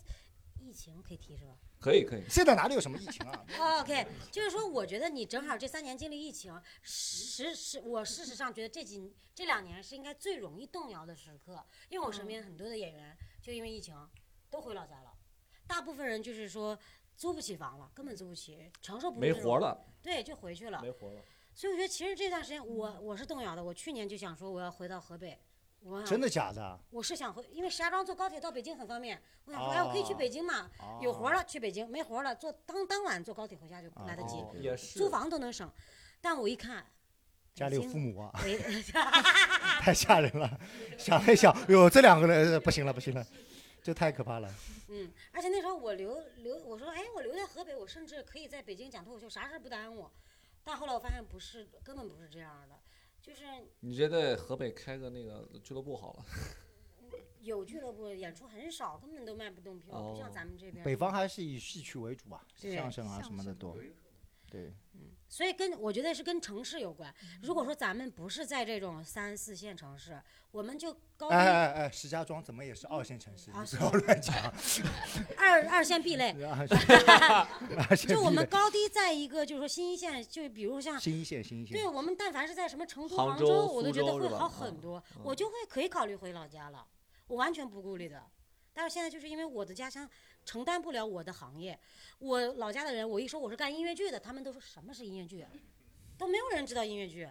Speaker 3: 疫情可以提是吧？哦
Speaker 4: 可以可以，
Speaker 2: 现在哪里有什么疫情啊？
Speaker 3: OK，就是说，我觉得你正好这三年经历疫情，实是我事实上觉得这几这两年是应该最容易动摇的时刻，因为我身边很多的演员就因为疫情都回老家了，大部分人就是说租不起房了，根本租不起，承受不住
Speaker 4: 没
Speaker 3: 这种
Speaker 4: 活，了，
Speaker 3: 对，就回去了。
Speaker 4: 没活了。
Speaker 3: 所以我觉得其实这段时间我我是动摇的，我去年就想说我要回到河北，我想
Speaker 2: 真的假的？
Speaker 3: 我是想回，因为石家庄坐高铁到北京很方便，我想说
Speaker 2: 哦
Speaker 3: 哎我可以去北京嘛，
Speaker 2: 哦
Speaker 3: 啊有活了去北京，没活了坐当当晚坐高铁回家就来得及。
Speaker 2: 哦
Speaker 4: 也是
Speaker 3: 租房都能省。但我一看，
Speaker 2: 家里有父
Speaker 3: 母，
Speaker 2: 母啊，
Speaker 3: 北
Speaker 2: 太吓人了。想了一想，哟，这两个人呃不行了，不行了，这太可怕了。
Speaker 3: 嗯，而且那时候我留留，我说，哎，我留在河北，我甚至可以在北京讲脱口秀，啥事儿不耽误。但后来我发现不是，根本不是这样的，就是
Speaker 4: 你觉得河北开个那个俱乐部好了？
Speaker 3: 有俱乐部演出很少，根本都卖不动票，不像
Speaker 4: 哦
Speaker 3: 咱们这边。
Speaker 2: 北方还是以戏曲为主吧，
Speaker 3: 对
Speaker 2: 相声啊什么的
Speaker 9: 相声
Speaker 2: 多。对，
Speaker 3: 所以跟我觉得是跟城市有关。如果说咱们不是在这种三四线城市，我们就高
Speaker 2: 哎
Speaker 3: 于
Speaker 2: 哎哎，石家庄怎么也是二线城市，
Speaker 3: 啊
Speaker 2: 你
Speaker 3: 是
Speaker 2: 不要乱讲。
Speaker 3: 二二线壁垒，
Speaker 2: 二 线二线
Speaker 3: 就我
Speaker 2: 地
Speaker 3: 们
Speaker 2: 带
Speaker 3: 高低在一个就是说新一线，就比如像
Speaker 2: 新一线，新一线
Speaker 3: 对。我们，但凡是在什么成都、
Speaker 4: 杭
Speaker 3: 杭
Speaker 4: 州
Speaker 3: 我
Speaker 4: 苏
Speaker 3: 都觉得
Speaker 4: 州
Speaker 3: 会
Speaker 4: 是吧
Speaker 3: 好
Speaker 4: 嗯
Speaker 3: 很多，
Speaker 4: 嗯
Speaker 3: 我就会可以考虑回老家了，我完全不顾虑的。但是现在就是因为我的家乡承担不了我的行业，我老家的人，我一说我是干音乐剧的，他们都说什么是音乐剧，啊都没有人知道音乐剧，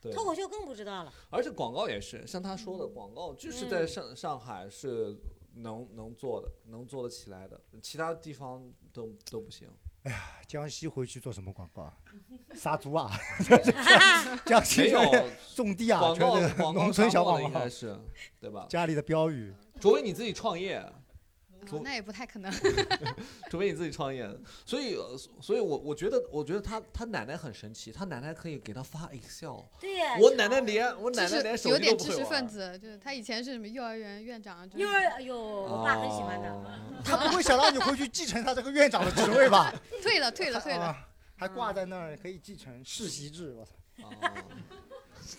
Speaker 4: 对
Speaker 3: 脱口秀更不知道了。
Speaker 4: 而且广告也是，像他说的，广告就是在
Speaker 3: 嗯
Speaker 4: 上上海是能能做的，能做得起来的，其他地方都都 不行。
Speaker 2: 江西回去做什么广告 啊？杀猪啊！江
Speaker 4: 没
Speaker 2: 西
Speaker 4: 有
Speaker 2: 种地啊，
Speaker 4: 广
Speaker 2: 全
Speaker 4: 告
Speaker 2: 是
Speaker 4: 广告
Speaker 2: 农村小
Speaker 4: 沙漠的
Speaker 2: 广
Speaker 4: 应
Speaker 2: 告
Speaker 4: 该，是，对吧？
Speaker 2: 家里的标语。
Speaker 4: 除非你自己创业，
Speaker 9: 哦那也不太可 能。
Speaker 4: 除非你自己创业，所以呃所以我我觉得我觉得他他奶奶很神奇，他奶奶可以给他发 Excel，
Speaker 3: 对呀，
Speaker 4: 我
Speaker 3: 你
Speaker 4: 奶
Speaker 3: 知道
Speaker 4: 奶
Speaker 3: 吗
Speaker 4: 连我奶
Speaker 9: 知
Speaker 4: 奶
Speaker 9: 识
Speaker 4: 连手
Speaker 9: 有
Speaker 4: 机都
Speaker 9: 点
Speaker 4: 不
Speaker 9: 知
Speaker 4: 会
Speaker 9: 识分
Speaker 4: 玩。
Speaker 9: 子，就是他以前是什么幼儿园院长啊之类
Speaker 3: 幼
Speaker 9: 的，
Speaker 3: 儿哎呦，
Speaker 4: 啊
Speaker 3: 我爸很喜欢的。
Speaker 4: 哦
Speaker 2: 他不会想让你回去继承他这个院长的职位 吧？
Speaker 9: 退了退了退了。
Speaker 2: 啊，还挂在那儿可以继承世袭制，我操！
Speaker 4: 哦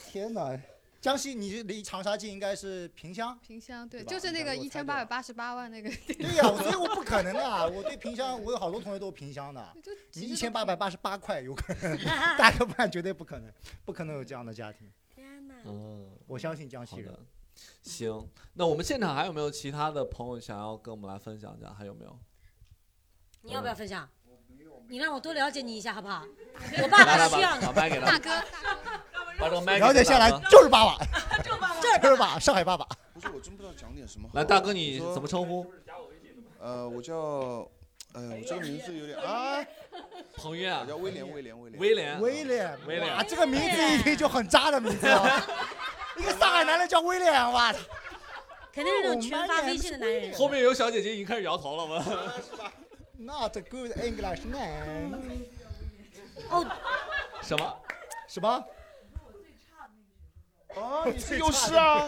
Speaker 2: 天哪，江西你是离长沙近，应该是萍乡。
Speaker 9: 萍乡对，
Speaker 2: 对吧
Speaker 9: 就是那个
Speaker 2: 你
Speaker 9: 一
Speaker 2: 看
Speaker 9: 千
Speaker 2: 如果
Speaker 9: 八
Speaker 2: 猜
Speaker 9: 百八十八万那个，
Speaker 2: 对呀、我所以我不可能啊！我对萍乡，我有好多同学都是萍乡的。
Speaker 9: 就
Speaker 2: 你
Speaker 9: 其
Speaker 2: 一
Speaker 9: 实
Speaker 2: 千八百八十八块有可 能，大个半绝对不可能，不可能有这样的家庭。
Speaker 3: 天哪！
Speaker 4: 嗯。
Speaker 2: 我相信江
Speaker 4: 好
Speaker 2: 西人
Speaker 4: 的，行，那我们现场还有没有其他的朋友想要跟我们来分享一下？还有没有？
Speaker 3: 你要不要
Speaker 4: 嗯
Speaker 3: 分享？你让我多了解你一下好不好？ 我爸
Speaker 4: 来
Speaker 3: 爸
Speaker 4: 来
Speaker 3: 是这样的，
Speaker 4: 把把麦给他，
Speaker 9: 大哥
Speaker 4: 把这个麦给
Speaker 2: 了解
Speaker 4: 大
Speaker 2: 下来
Speaker 4: 哥
Speaker 2: 就是爸爸，
Speaker 3: 这儿
Speaker 2: 就是爸爸，上海爸爸。
Speaker 5: 不是，我真不知道讲点什么好。
Speaker 4: 来，大哥你
Speaker 5: 说
Speaker 4: 怎么称呼？
Speaker 5: 呃，我叫，呃，我这个名字有点啊，
Speaker 4: 彭越
Speaker 5: 我
Speaker 4: 啊，
Speaker 5: 叫威廉，威廉，威廉，
Speaker 4: 威廉，
Speaker 2: 威廉，
Speaker 4: 威廉
Speaker 2: 哇，这个名字一听就很渣的名字啊！一个上海男人叫威廉，哇，
Speaker 3: 肯定是那种群发微信的男人。
Speaker 4: 后面有小姐姐已经开始摇头了，我们
Speaker 2: Not a good English man，
Speaker 3: 哦，
Speaker 4: 什么？
Speaker 2: 什么？
Speaker 1: 啊，你是幼师啊？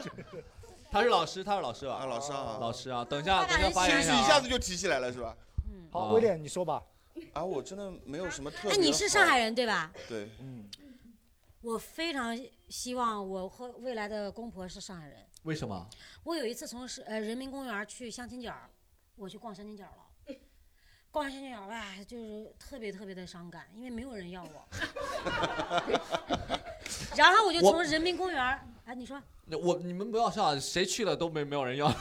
Speaker 4: 他是老师，他是老师
Speaker 5: 啊，
Speaker 4: 吧？
Speaker 5: 老师啊，
Speaker 4: 老师啊，等一下，等一
Speaker 3: 爸
Speaker 4: 下
Speaker 3: 爸
Speaker 4: 发
Speaker 5: 是
Speaker 4: 言
Speaker 5: 不
Speaker 4: 一
Speaker 5: 是
Speaker 4: 下啊。
Speaker 5: 一下子就提起来了是吧？
Speaker 2: 好，
Speaker 4: 啊
Speaker 2: 威廉，你说吧。
Speaker 5: 啊，我真的没有什么
Speaker 3: 那
Speaker 5: 特别好。
Speaker 3: 嗯哎你是上海人对吧？
Speaker 5: 对，
Speaker 4: 嗯
Speaker 3: 我非常希望我会未来的公婆是上海人。
Speaker 4: 为什么？
Speaker 3: 我有一次从是呃人民公园去相亲角儿，我去逛相亲角儿了。逛完相亲角儿，哇，就是特别特别的伤感，因为没有人要我。 然后我就
Speaker 4: 我
Speaker 3: 从人民公园儿，哎，你说
Speaker 4: 那我你们不要笑，谁去了都没没有人要。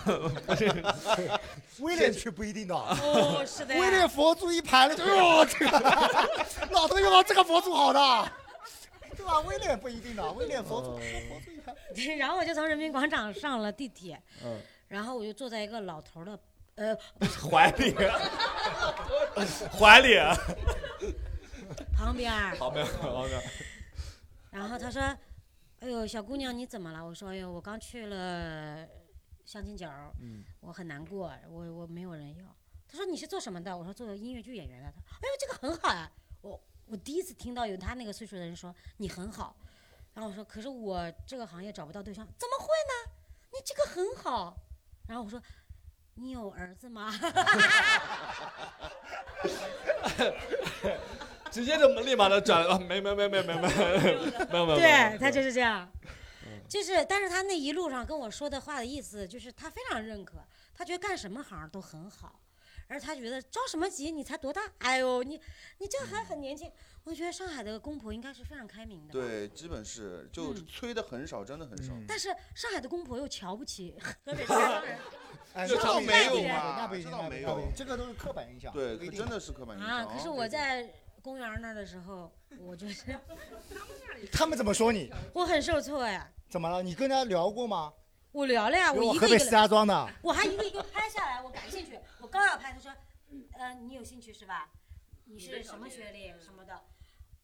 Speaker 2: 威廉去不一定的啊，
Speaker 3: 哦，是的
Speaker 2: 威廉佛珠一盘了，就 哟，这个老头又往这个佛珠好的，对吧？威廉不一定的，威廉佛珠
Speaker 5: 嗯
Speaker 2: 佛珠一盘，
Speaker 3: 然后我就从人民广场上了地铁，
Speaker 2: 嗯
Speaker 3: 然后我就坐在一个老头儿的呃
Speaker 4: 怀 里，怀里，
Speaker 3: 旁边儿，
Speaker 4: 好没有，好没有。
Speaker 3: 然后他说：“哎呦，小姑娘，你怎么了？”我说：“哎呦，我刚去了相亲角儿，
Speaker 4: 嗯
Speaker 3: 我很难过，我我没有人要。”他说：“你是做什么的？”我说：“做音乐剧演员的。”他说：“哎呦，这个很好呀、我我第一次听到有他那个岁数的人说你很好。然后我说：“可是我这个行业找不到对象，怎么会呢？你这个很好。”然后我说：“你有儿子吗？
Speaker 4: 直接就立马就转了，没没没没没没没没，
Speaker 3: 对他就是这样，就是，但是他那一路上跟我说的话的意思，就是他非常认可，他觉得干什么行儿都很好，而他觉得着什么急，你才多大？哎呦，你你这还很年轻。我觉得上海的公婆应该是非常开明的，。
Speaker 5: 对，基本是就
Speaker 3: 嗯
Speaker 5: 催的很少，真的很少。
Speaker 4: 嗯
Speaker 3: 但是上海的公婆又瞧不起河北南方人
Speaker 2: 哎，
Speaker 5: 这
Speaker 2: 那
Speaker 5: 倒
Speaker 2: 不一
Speaker 5: 没
Speaker 2: 定
Speaker 5: 有
Speaker 2: 对
Speaker 5: 嘛
Speaker 2: 那不一定，
Speaker 5: 这倒
Speaker 2: 那不
Speaker 5: 没
Speaker 2: 一定
Speaker 5: 有
Speaker 2: 那
Speaker 5: 啊
Speaker 2: 不一定这个都是刻板印象，
Speaker 5: 对，
Speaker 2: 不
Speaker 5: 可
Speaker 2: 一定
Speaker 5: 真的是刻板印象
Speaker 3: 啊。可是
Speaker 5: 对
Speaker 3: 我
Speaker 5: 对
Speaker 3: 在公园儿那儿的时候，我就是
Speaker 2: 他们怎么说你？
Speaker 3: 我很受挫呀。
Speaker 2: 怎么了？你跟人家聊过吗？
Speaker 3: 我聊了呀，
Speaker 2: 比如我
Speaker 3: 一
Speaker 2: 河
Speaker 3: 个
Speaker 2: 北
Speaker 3: 一
Speaker 2: 石
Speaker 3: 个
Speaker 2: 家庄的，
Speaker 3: 我还一个一个拍下来，我感兴趣，我刚要拍，他说，呃，你有兴趣是吧？你是什么学历什么的？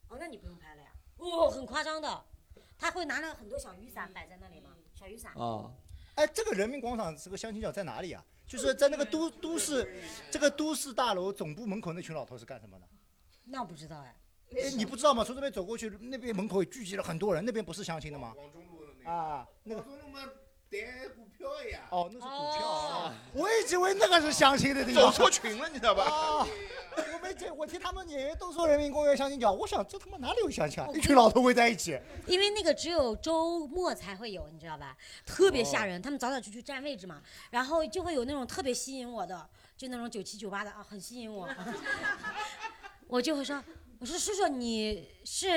Speaker 3: 哦，那你不用拍了呀。哦，很夸张的，他会拿了很多小雨伞摆在那里嘛，小雨伞。
Speaker 4: 啊，
Speaker 2: 哎，这个人民广场这个相亲角在哪里啊？就是在那个都都市，这个都市大楼总部门口那群老头是干什么的？
Speaker 3: 那我不知道哎，
Speaker 2: 哎，你不知道吗？从这边走过去，那边门口聚集了很多人，那边不是相亲的吗？
Speaker 1: 广中路的那个，
Speaker 2: 啊，那个
Speaker 1: 广中路嘛，逮股票呀，
Speaker 2: 哦，那是股票
Speaker 3: 哦
Speaker 2: 啊，我一直以为那个是相亲的地
Speaker 5: 走
Speaker 2: 方。
Speaker 5: 错群了，你知道吧？
Speaker 2: 啊！我没见，我听他们演员都说人民公园相亲角，我想这他妈哪里有相亲啊
Speaker 3: 哦？
Speaker 2: 一群老头围在一起，
Speaker 3: 因为那个只有周末才会有，你知道吧？特别吓人，他们早早就去占位置嘛，然后就会有那种特别吸引我的，就那种九七九八的啊，很吸引我， 我就会说，我说叔叔你是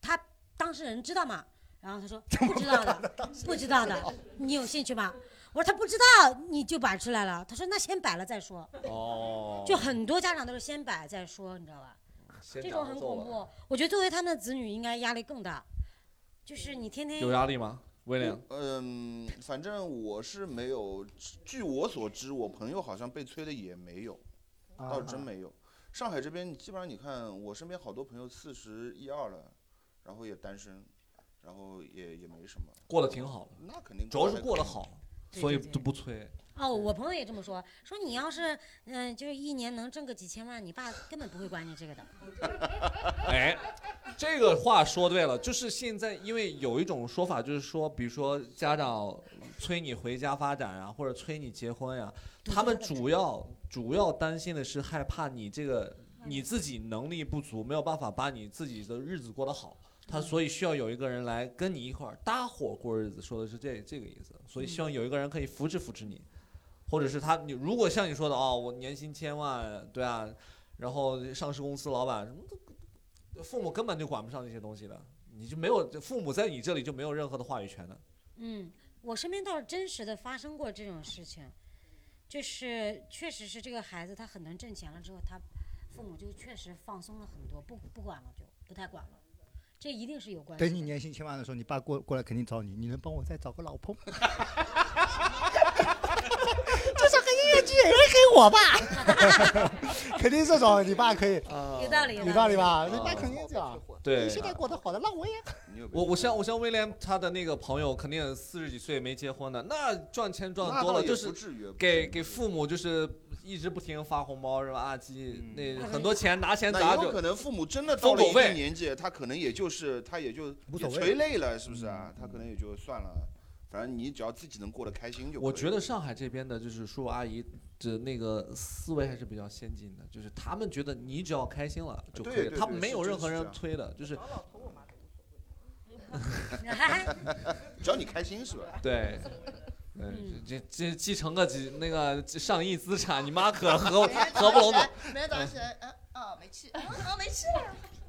Speaker 3: 他当事人知道吗？然后他说不知道的，不知道的，你有兴趣吗？我说他不知道，你就摆出来了。他说那先摆了再说，
Speaker 4: 哦，
Speaker 3: 就很多家长都是先摆再说，你知道吧？
Speaker 4: 这
Speaker 3: 这种很恐，
Speaker 4: 啊
Speaker 3: 怖。我觉得作为他们的子女，应该压力更大。就是你天天
Speaker 4: 有压力吗？威廉，
Speaker 5: 嗯，反正我是没有，据我所知，我朋友好像被催的也没有，倒
Speaker 1: 哦
Speaker 5: 是真没有。上海这边，你基本上你看，我身边好多朋友四十一二了，然后也单身，然后也也没什么，
Speaker 4: 过得挺好的，
Speaker 5: 那肯定
Speaker 4: 主要是
Speaker 5: 得
Speaker 4: 过得
Speaker 5: 还可以。
Speaker 4: 好，
Speaker 3: 对
Speaker 4: 所以
Speaker 3: 对对
Speaker 4: 就不催。
Speaker 3: 哦，我朋友也这么说，说你要是嗯、就是一年能挣个几千万，你爸根本不会管你这个的。
Speaker 4: 哎，这个话说对了，就是现在，因为有一种说法，就是说，比如说家长催你回家发展啊，或者催你结婚呀、他们主要主要担心的是害怕你这个你自己能力不足，没有办法把你自己的日子过得好。他所以需要有一个人来跟你一块儿搭伙过日子，说的是这这个意思。所以希望有一个人可以扶持扶持你，或者是他你如果像你说的哦，我年薪千万，对啊，然后上市公司老板什么都，父母根本就管不上这些东西的，你就没有父母在你这里就没有任何的话语权的。
Speaker 3: 嗯，我身边倒是真实的发生过这种事情，就是确实是这个孩子他很能挣钱了之后，他父母就确实放松了很多，不不管了就不太管了，这一定是有关系的。
Speaker 2: 等你年薪千万的时候，你爸过过来肯定找你，你能帮我再找个老婆吗？这是黑音乐剧，人黑我爸， 肯定这种，你爸可以，
Speaker 3: 有道理，
Speaker 2: 有道理？吧？
Speaker 4: 嗯
Speaker 2: 你爸肯定这
Speaker 5: 啊
Speaker 2: 样。
Speaker 4: 对
Speaker 2: 你现在过得好的，让我也
Speaker 5: 你有没
Speaker 4: 我
Speaker 5: 有
Speaker 4: 我像我像威廉他的那个朋友，肯定四十几岁没结婚的，那赚钱赚
Speaker 5: 那
Speaker 4: 多
Speaker 5: 倒
Speaker 4: 了，
Speaker 5: 也
Speaker 4: 就
Speaker 5: 不
Speaker 4: 是
Speaker 5: 至于不至
Speaker 4: 给
Speaker 5: 于
Speaker 4: 给父母就是一直不停发红包是吧？啊，鸡那
Speaker 3: 嗯
Speaker 4: 很多钱拿钱
Speaker 5: 那
Speaker 4: 砸
Speaker 5: 以后
Speaker 4: 就
Speaker 5: 可能父母真的
Speaker 4: 封
Speaker 5: 到了
Speaker 4: 狗
Speaker 5: 一
Speaker 4: 费
Speaker 5: 定年纪，他可能也就是他也就
Speaker 2: 无
Speaker 5: 也
Speaker 2: 所谓
Speaker 5: 垂泪了，是不是啊？他可能也就算了，反正你只要自己能过得开心就可以。
Speaker 4: 我觉得上海这边的就是叔叔阿姨的那个思维还是比较先进的，就是他们觉得你只要开心了就可以
Speaker 5: 啊对
Speaker 4: 了，
Speaker 5: 对
Speaker 4: 他
Speaker 5: 对
Speaker 4: 没有
Speaker 5: 是
Speaker 4: 任何
Speaker 5: 是
Speaker 4: 人
Speaker 5: 这样
Speaker 4: 推的，就是
Speaker 7: 找老头我妈都无所谓。
Speaker 5: 只要你开心是吧？
Speaker 4: 对。嗯
Speaker 3: 嗯，
Speaker 4: 这这这继承个几那个上亿资产，你妈可合合不拢嘴。
Speaker 7: 明天早上起来，嗯，哦，没去，嗯，哦，没去。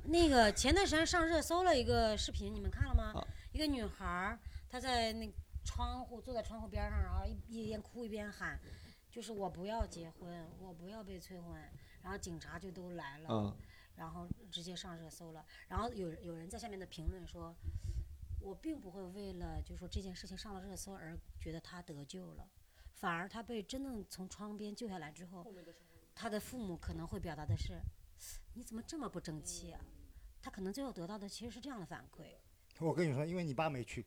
Speaker 3: 那个前段时间上热搜了一个视频，你们看了吗？
Speaker 4: 啊
Speaker 3: 一个女孩儿，她在那窗户坐在窗户边儿上，然后一一边哭一边喊，就是我不要结婚，我不要被催婚。然后警察就都来了，
Speaker 4: 嗯，
Speaker 3: 然后直接上热搜了。然后有有人在下面的评论说，我并不会为了就说这件事情上了热搜而觉得她得救了，反而她被真正从窗边救下来之后，她的父母可能会表达的是，你怎么这么不争气啊？她可能最后得到的其实是这样的反馈。
Speaker 2: 我跟你说，因为你爸没去。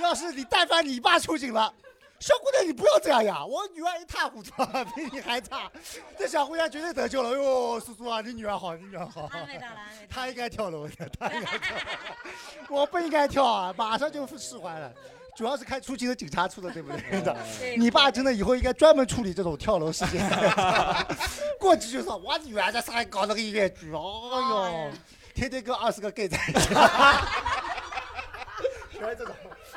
Speaker 2: 要是你但凡你爸出警了，小姑娘你不要这样呀，我女儿一塌糊涂，比你还差。这小姑娘绝对得救了。哎呦，叔叔啊，你女儿好，你女儿好。
Speaker 3: 哦安慰到了，安慰到
Speaker 2: 她
Speaker 3: 了。
Speaker 2: 应该跳楼的，她应该跳楼，我不应该跳啊，马上就释怀了。主要是开出勤和警察处的，对不 对？的
Speaker 3: 对，
Speaker 2: 你爸真的以后应该专门处理这种跳楼事件。 过去就说，我女儿在上海搞了个音乐剧，
Speaker 4: 哎
Speaker 2: 哦哟，天天跟二十个 gay 在一 起，全是这种。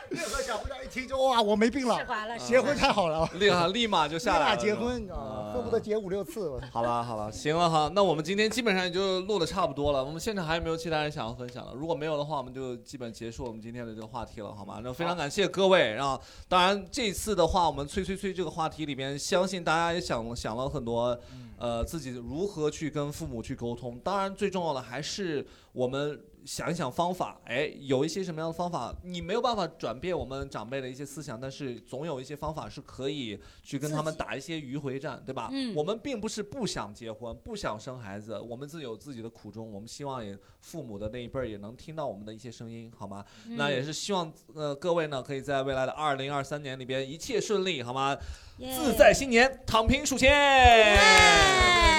Speaker 2: 任何小姑娘一听就哇，我没病了
Speaker 3: 释，怀了，
Speaker 2: 结婚太好了，
Speaker 4: 立啊立马就
Speaker 2: 你
Speaker 4: 下来
Speaker 2: 俩
Speaker 4: 了。
Speaker 2: 结婚，你知道
Speaker 4: 啊
Speaker 2: 吗？恨不得结五六次。我操
Speaker 4: 好吧，好吧，行了哈，那我们今天基本上也就录的差不多了。我们现场还有没有其他人想要分享的？如果没有的话，我们就基本结束我们今天的这个话题了，好吗？那非常感谢各位。然后，当然这次的话，我们催催催这个话题里边，相信大家也想想了很多，
Speaker 3: 嗯
Speaker 4: 呃，自己如何去跟父母去沟通。当然，最重要的还是我们。想一想方法，哎，有一些什么样的方法？你没有办法转变我们长辈的一些思想，但是总有一些方法是可以去跟他们
Speaker 3: 自己
Speaker 4: 打一些迂回战，对吧？
Speaker 3: 嗯
Speaker 4: 我们并不是不想结婚、不想生孩子，我们自有自己的苦衷，我们希望也父母的那一辈儿也能听到我们的一些声音，好吗？
Speaker 3: 嗯
Speaker 4: 那也是希望呃各位呢，可以在未来的二零二三年里边一切顺利，好吗？自在新年，躺平数钱。
Speaker 3: 耶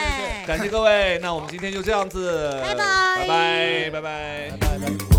Speaker 4: 感谢各位，那我们今天就这样子，
Speaker 3: 拜拜
Speaker 4: 拜拜，拜拜。
Speaker 2: 拜拜拜拜